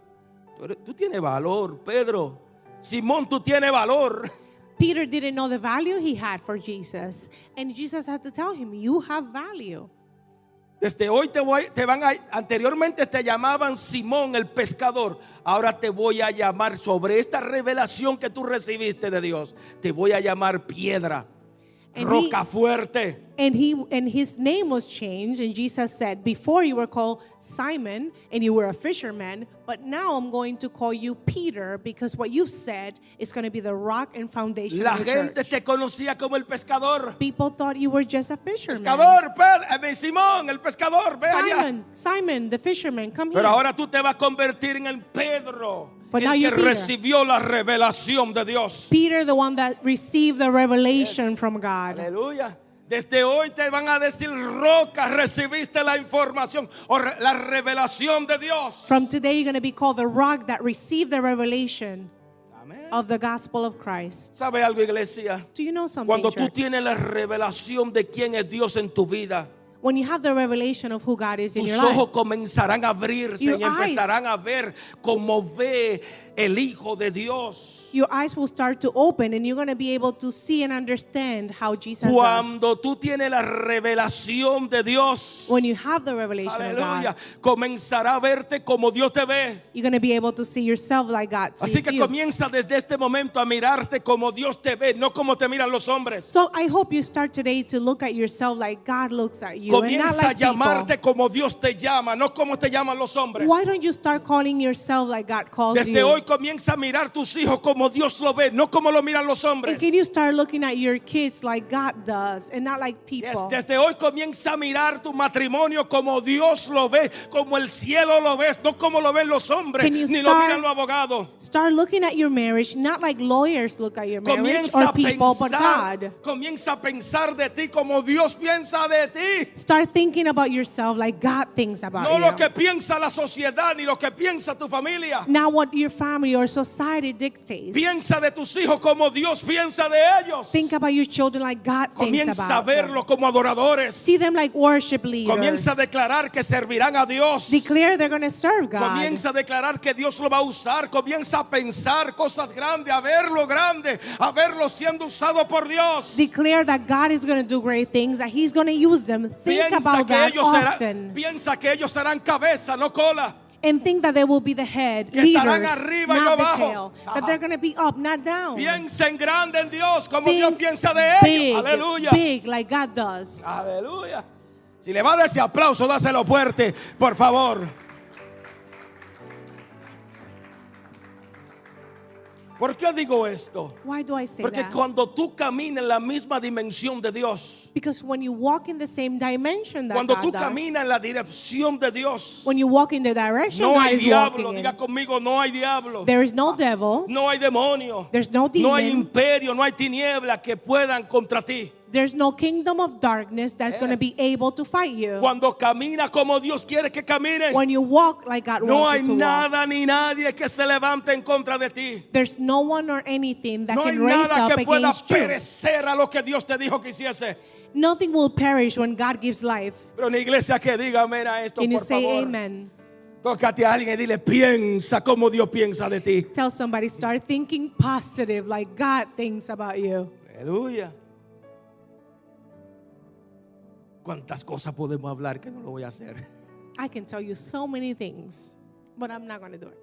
A: tú, eres- tú tienes valor, Pedro. Simón, tú tienes valor.
B: Peter didn't know the value he had for Jesus, and Jesus had to tell him, You have value.
A: Desde Este, hoy te voy, te van a, anteriormente te llamaban Simón el pescador. Ahora te voy a llamar sobre esta revelación que tú recibiste de Dios. Te voy a llamar piedra,
B: And
A: roca
B: he-
A: fuerte.
B: And he and his name was changed, and Jesus said, Before you were called Simon and you were a fisherman, but now I'm going to call you Peter because what you've said is going to be the rock and foundation
A: La
B: of the
A: gente
B: church.
A: te conocía como el pescador.
B: People thought you were just a fisherman.
A: Pescador, Pedro, eh, Simón, el pescador, ve allá.
B: Simon, Simon, the fisherman, come here.
A: Pero ahora tú te vas a convertir en el Pedro,
B: But now
A: el que
B: you're Peter.
A: recibió la revelación de Dios.
B: Peter, the one that received the revelation from God.
A: Aleluya. Desde hoy te van a decir, roca, recibiste la información o re- la revelación de Dios.
B: From today, you're going to be called the rock that received the revelation
A: Amén.
B: of the gospel of Christ.
A: ¿Sabe algo, iglesia?
B: Do you know something?
A: Cuando tú
B: church?
A: tienes la revelación de quién es Dios en tu vida,
B: when you have the revelation of who God is in
A: tus
B: your
A: ojos
B: life,
A: comenzarán a abrirse
B: Your
A: y empezarán a ver cómo ve el Hijo de Dios.
B: your eyes will start to open and you're going to be able to see and understand how Jesus does.
A: Cuando tú tienes la revelación de Dios,
B: When you have the revelation
A: aleluya,
B: of God,
A: comenzará a verte como Dios te ve.
B: you're going to be able to see yourself like God
A: Así
B: sees
A: que
B: you.
A: comienza desde este momento a mirarte como Dios te ve, no como te miran los hombres.
B: So I hope you start today to look at yourself like God looks at you and not
A: Comienza a
B: like people.
A: llamarte como Dios te llama, no como te llaman los hombres.
B: Why don't you start calling yourself like God calls
A: Desde
B: you?
A: hoy comienza a mirar tus hijos como Dios lo ve, no como lo miran los hombres.
B: and can you start looking at your kids like God does and not like
A: Yes,
B: people?
A: Desde hoy comienza a mirar tu matrimonio como Dios lo ve, como el cielo lo ve, no como lo ven los hombres,
B: Can you
A: ni lo
B: start-
A: miran los abogados.
B: Start looking at your marriage not like lawyers look at your marriage
A: Comienza
B: or
A: a
B: people, but
A: pensar,
B: God.
A: comienza a pensar de ti como Dios piensa de ti.
B: Start thinking about yourself like God thinks about
A: No
B: you.
A: lo que piensa la sociedad ni lo que piensa tu familia.
B: Not what your family or society dictates.
A: Piensa de tus hijos como Dios piensa de ellos.
B: Think about your children like God thinks
A: Comienza a
B: about them.
A: verlos como adoradores.
B: See them like worship leaders.
A: Comienza a declarar que servirán a Dios.
B: Declare they're going to serve God.
A: Comienza a declarar que Dios lo va a usar. Comienza a pensar cosas grandes, a verlo grande, a verlo siendo usado por Dios.
B: Declare that God is going to do great things, that He's going to use them. Think
A: Piensa
B: about
A: que,
B: that
A: ellos
B: often.
A: serán, piensa que ellos serán cabeza, no cola.
B: and think that they will be the head,
A: Que
B: leaders,
A: estarán arriba y no
B: not the
A: abajo.
B: tail. That
A: Ajá.
B: they're going to be up, not down.
A: Piensa en grande en Dios, como
B: Think
A: Dios piensa de ellos.
B: big,
A: Aleluya.
B: big, like God does.
A: Aleluya. Si le va a dar ese aplauso, dáselo fuerte, por favor. ¿Por qué digo esto?
B: Why do I say
A: Porque
B: that?
A: cuando tú caminas en la misma dimensión de Dios,
B: Because when you walk in the same dimension that
A: cuando
B: God
A: tú
B: does,
A: caminas en la dirección de Dios,
B: when you walk in the direction
A: no
B: God
A: hay
B: is
A: diablo.
B: walking in,
A: Diga conmigo, no hay diablo.
B: there is no devil,
A: No hay demonio.
B: There's no
A: No hay
B: demon.
A: imperio, no hay tiniebla que puedan contra ti.
B: there's no kingdom of darkness that's going to be able to fight you.
A: Cuando caminas como Dios quiere que camines,
B: when you walk like God
A: No
B: wants
A: hay
B: you to walk,
A: nada ni nadie que se levante en contra de ti.
B: there's no one or anything that
A: No hay
B: can raise
A: nada
B: up
A: que pueda
B: against you.
A: perecer a lo que Dios te dijo que hiciese.
B: Nothing will perish when God gives life.
A: Pero una iglesia que diga amén a esto,
B: Can you
A: por
B: say
A: favor.
B: amen?
A: Tócate a alguien y dile, piensa como Dios piensa de ti.
B: Tell somebody, start thinking positive like God thinks about you.
A: Aleluya. ¿Cuántas cosas podemos hablar que no lo voy a hacer?
B: I can tell you so many things, but I'm not going to do it.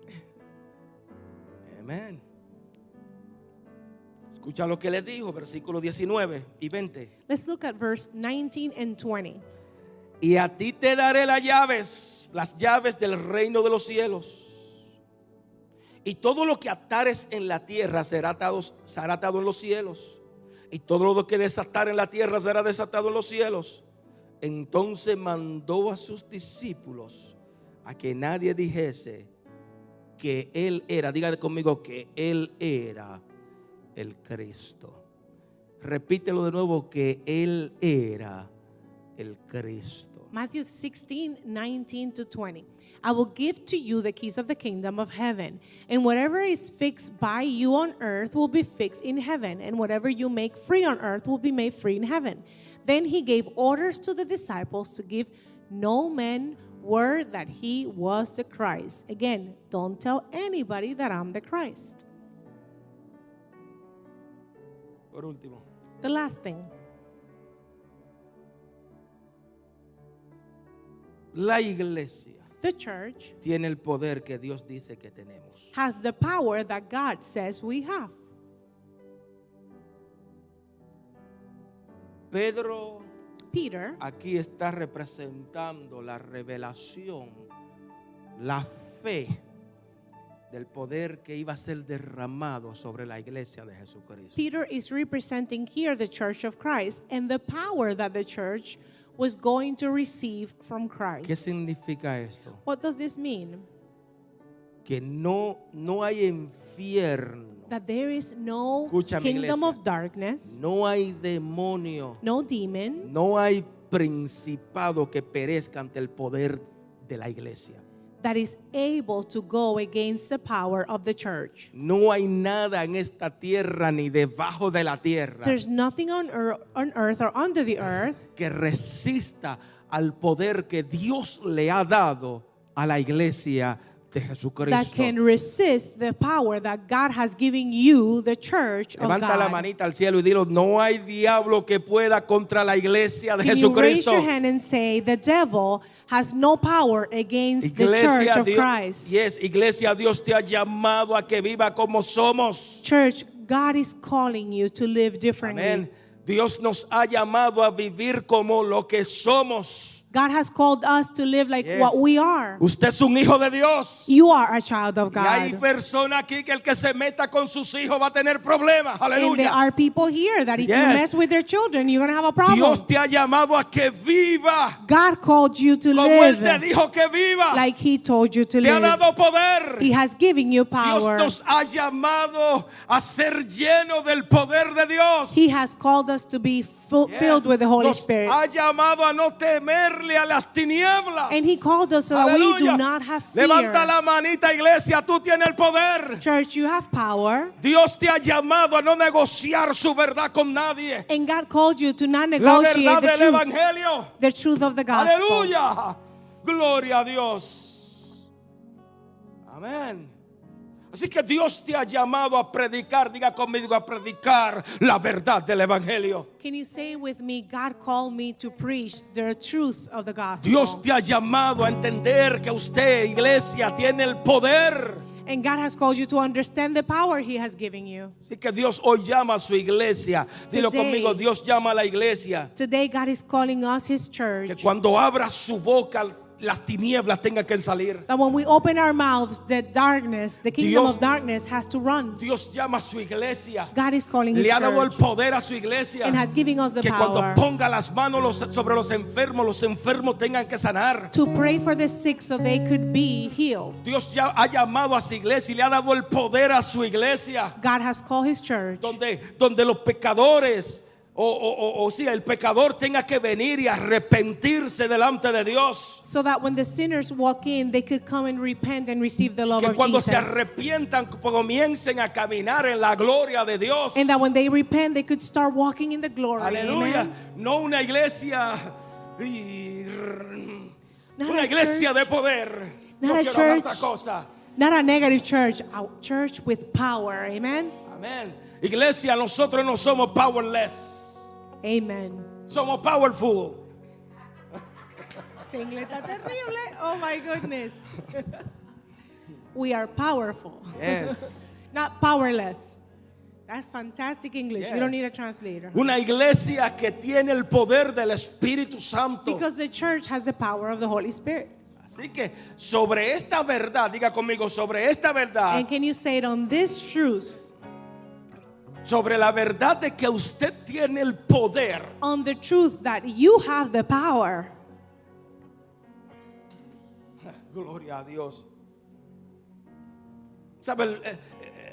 A: Amén. Escucha lo que le dijo, versículo 19 y 20.
B: Let's look at verse 19 and 20.
A: Y a ti te daré las llaves, las llaves del reino de los cielos. Y todo lo que atares en la tierra será atado, será atado en los cielos. Y todo lo que desatar en la tierra será desatado en los cielos. Entonces mandó a sus discípulos a que nadie dijese que Él era, dígale conmigo, que Él era el Cristo. Repítelo de nuevo, que Él era el Cristo.
B: Matthew 16, 19 to 20. I will give to you the keys of the kingdom of heaven. And whatever is fixed by you on earth will be fixed in heaven. And whatever you make free on earth will be made free in heaven. Then he gave orders to the disciples to give no man word that he was the Christ. Again, don't tell anybody that I'm the Christ.
A: Por último,
B: The last thing
A: la iglesia
B: the church
A: tiene el poder que Dios dice que tenemos.
B: has the power that God says we have.
A: Pedro
B: Peter
A: aquí está representando la revelación, la fe del poder que iba a ser derramado sobre la iglesia de Jesucristo.
B: Peter is representing here the church of Christ and the power that the church was going to receive from
A: ¿Qué
B: Christ.
A: significa esto?
B: What does this mean?
A: Que no, no hay infierno,
B: That there is no
A: Escúchame,
B: kingdom
A: iglesia.
B: of darkness,
A: no hay demonio,
B: no demon,
A: no hay principado que perezca ante el poder de la iglesia.
B: that is able to go against the power of the church.
A: No hay nada en esta tierra ni debajo de la tierra
B: There's nothing on earth, on earth or under the earth
A: que resista al poder que Dios le ha dado a la iglesia de
B: that can
A: Jesucristo.
B: resist the power that God has given you, the church of
A: Levanta la
B: oh God.
A: manita al cielo y dilo, no hay diablo que pueda contra la iglesia de
B: Can you raise
A: Jesucristo.
B: your hand and say the devil has no power against the church of
A: Dios,
B: Christ?
A: yes, iglesia, Dios te ha llamado a que viva como somos.
B: Church, God is calling you to live differently.
A: Amén. Dios nos ha llamado a vivir como lo que somos.
B: God has called us to live like
A: Yes.
B: what we are.
A: Usted es un hijo de Dios.
B: You are a child of
A: Y hay
B: God.
A: personas aquí que el que se meta con sus hijos va a tener problemas.
B: And there
A: Aleluya.
B: are people here that if you
A: Yes.
B: mess with their children, you're going to have a problem.
A: Dios te ha llamado a que viva
B: God called you to
A: como Él te
B: live
A: dijo que viva.
B: like He told you to
A: te ha
B: live.
A: dado poder.
B: He has given you
A: Dios
B: power.
A: nos ha llamado a ser lleno del poder de Dios.
B: He has called us to be fu-
A: Yes.
B: filled with the Holy
A: nos
B: Spirit.
A: ha llamado a no temerle a las tinieblas.
B: And he called us so that we do
A: Aleluya.
B: not have fear.
A: Levanta la manita, iglesia. Tú tienes el poder.
B: Church, you have power.
A: Dios te ha llamado a no negociar su verdad con nadie.
B: And God called you to not
A: La
B: negotiate
A: verdad
B: the
A: del
B: truth,
A: Evangelio.
B: the truth of the gospel.
A: Aleluya. Gloria a Dios. Amén. Así que Dios te ha llamado a predicar, diga conmigo, a predicar la verdad del Evangelio.
B: Can you say with me, God called me to preach the truth of the gospel?
A: Dios te ha llamado a entender que usted, iglesia, tiene el poder.
B: and God has called you to understand the power he has given you.
A: Así que Dios hoy llama a su iglesia. Dilo
B: Today.
A: conmigo, Dios llama a la iglesia.
B: Today, God is calling us his church.
A: Que cuando abra su boca, las tinieblas tengan que salir.
B: that when we open our mouths, the darkness, the kingdom
A: Dios-
B: of darkness has to run.
A: Dios llama a su iglesia.
B: God is calling his
A: Le ha dado el
B: church
A: poder a su iglesia.
B: and has given us the
A: que cuando
B: power
A: ponga las manos los- sobre los enfermos, los enfermos tengan que sanar.
B: to pray for the sick so they could be healed.
A: Dios ya ha llamado a su iglesia y le ha dado el poder a su iglesia,
B: God has called his church
A: donde, donde los pecadores, o, o, o, o sea, el pecador tenga que venir y arrepentirse delante de Dios.
B: so that when the sinners walk in, they could come and repent and receive the love
A: Que
B: of
A: cuando se
B: Jesus.
A: arrepientan, comiencen a caminar en la gloria de Dios.
B: And that when they repent, they could start walking in the glory.
A: Aleluya.
B: Amen.
A: No una iglesia. y-
B: Not
A: una
B: a
A: iglesia
B: church.
A: de poder. no
B: Not a
A: quiero hablar
B: church.
A: otra cosa.
B: Not a negative church, a church with power. Amen.
A: Amén. Iglesia, nosotros no somos powerless.
B: Amen.
A: Somos powerful.
B: Singleta terrible. Oh my goodness. we are powerful.
A: Yes.
B: not powerless. That's fantastic English. You don't need a
A: Yes.
B: translator.
A: Una iglesia que tiene el poder del Espíritu Santo.
B: Because the church has the power of the Holy Spirit.
A: Así que sobre esta verdad, diga conmigo, sobre esta verdad,
B: And can you say it on this truth,
A: sobre la verdad de que usted tiene el poder,
B: on the truth that you have the power?
A: gloria a Dios. ¿Sabe? El, eh,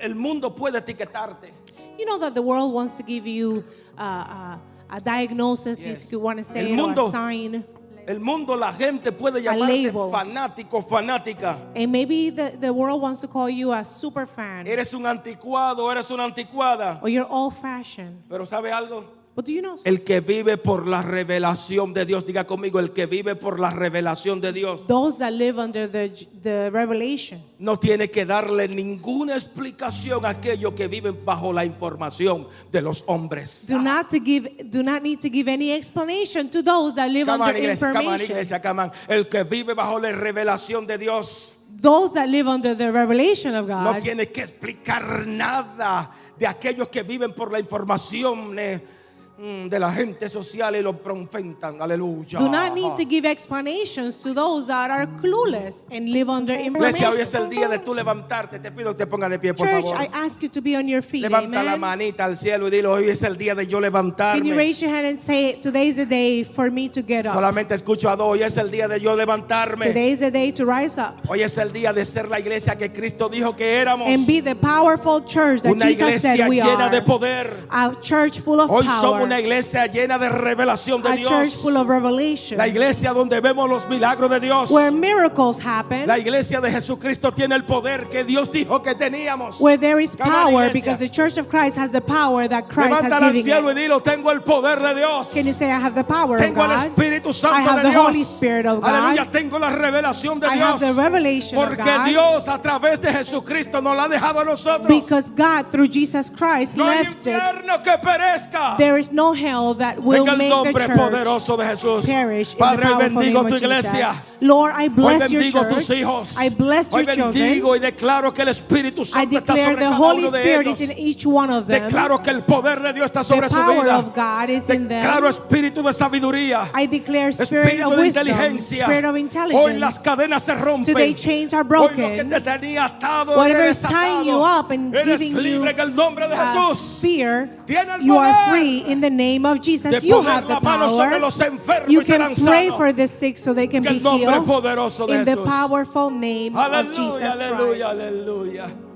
A: el mundo puede etiquetarte.
B: You know that the world wants to give you uh, uh, a diagnosis,
A: Yes.
B: if you want to say
A: El
B: it, or
A: mundo-
B: a sign.
A: El mundo, la gente puede llamarte
B: label.
A: fanático, fanática.
B: And maybe the, the world wants to call you a super fan,
A: Eres un anticuado, eres una anticuada.
B: or you're old fashioned.
A: Pero ¿sabe algo?
B: But do you know
A: El que vive por la revelación de Dios, diga conmigo, el que vive por la revelación de Dios
B: those that live under the, the revelation?
A: no tiene que darle ninguna explicación a aquellos que viven bajo la información de los hombres.
B: Do not to give do not need to give any explanation to those that live
A: Come on,
B: under
A: iglesia, come on,
B: information.
A: iglesia, come on. El que vive bajo la revelación de Dios
B: Those that live under the revelation of
A: no
B: God,
A: tiene que explicar nada de aquellos que viven por la información eh, mm, de la gente social y lo profetan. Aleluya.
B: do not need to give explanations to those that are clueless and live under
A: Iglesia, hoy es el
B: information.
A: día de tú levantarte. Te pido que te pongas de pie, por
B: Church,
A: favor.
B: I ask you to be on your feet.
A: Levanta la
B: Amen.
A: manita al cielo y dilo, hoy es el día de yo
B: Can you
A: levantarme.
B: raise your hand and say, "Today is the day for me to get up.
A: Solamente escucho a dos, hoy es el día de yo levantarme.
B: Today is the day to rise up
A: Hoy es el día de ser la iglesia que Cristo dijo que éramos.
B: and be the powerful church that
A: Una
B: Jesus
A: iglesia
B: said we
A: llena
B: are."
A: de poder.
B: A church full of
A: Hoy somos una
B: power.
A: iglesia llena de revelación de
B: A church
A: Dios.
B: full of revelation.
A: La iglesia donde vemos los milagros de Dios.
B: where miracles happen,
A: La iglesia de Jesucristo tiene el poder que Dios dijo que teníamos.
B: where there is
A: Come on,
B: power,
A: iglesia.
B: because the Church of Christ has the power that Christ
A: Levántala al
B: has
A: cielo
B: given.
A: y
B: it.
A: dilo, tengo el poder de Dios.
B: Can you say, I have the power of
A: Tengo el
B: God?
A: Espíritu
B: I
A: Santo
B: have
A: de
B: the
A: Dios.
B: Holy Spirit of
A: Aleluya,
B: God.
A: tengo la revelación de
B: I have
A: Dios.
B: the revelation of
A: Porque
B: God.
A: Dios a través de Jesucristo nos la ha dejado a nosotros.
B: Because God, through Jesus Christ,
A: No hay
B: left it.
A: infierno que perezca.
B: There is no hell that will
A: Venga el
B: make the
A: nombre
B: church
A: poderoso de Jesús.
B: perish in the
A: Padre,
B: powerful name
A: bendigo
B: of
A: tu
B: Jesus.
A: iglesia.
B: Lord, I
A: Hoy
B: bless your
A: bendigo tus
B: church.
A: hijos.
B: I bless
A: Hoy
B: your
A: bendigo
B: children.
A: y declaro que el Espíritu
B: I
A: Santo está
B: declare
A: sobre
B: the
A: cada
B: Holy
A: uno de
B: Spirit
A: ellos.
B: is in each one of them.
A: Declaro que el poder de Dios está sobre
B: the
A: su
B: power
A: vida.
B: of God is in them.
A: Declaro espíritu de sabiduría.
B: I declare spirit
A: Espíritu
B: of
A: de
B: wisdom,
A: inteligencia.
B: spirit of
A: Hoy las
B: intelligence.
A: cadenas se rompen.
B: Today chains are
A: Hoy lo que
B: broken.
A: te tenía atado
B: Whatever
A: eres
B: is tying
A: atado.
B: you up and
A: Eres
B: giving you
A: libre en el nombre de
B: uh,
A: Jesús.
B: fear,
A: Tiene el
B: you
A: poder
B: are free in the name of
A: de
B: Jesus. You
A: poner
B: have the
A: la mano sobre
B: power.
A: los enfermos
B: You
A: y serán
B: can pray
A: sanos.
B: for the sick so they can
A: En
B: be
A: el nombre
B: healed
A: poderoso de
B: in the
A: Jesús.
B: powerful name of
A: Aleluya,
B: Jesus
A: aleluya,
B: Christ.
A: aleluya.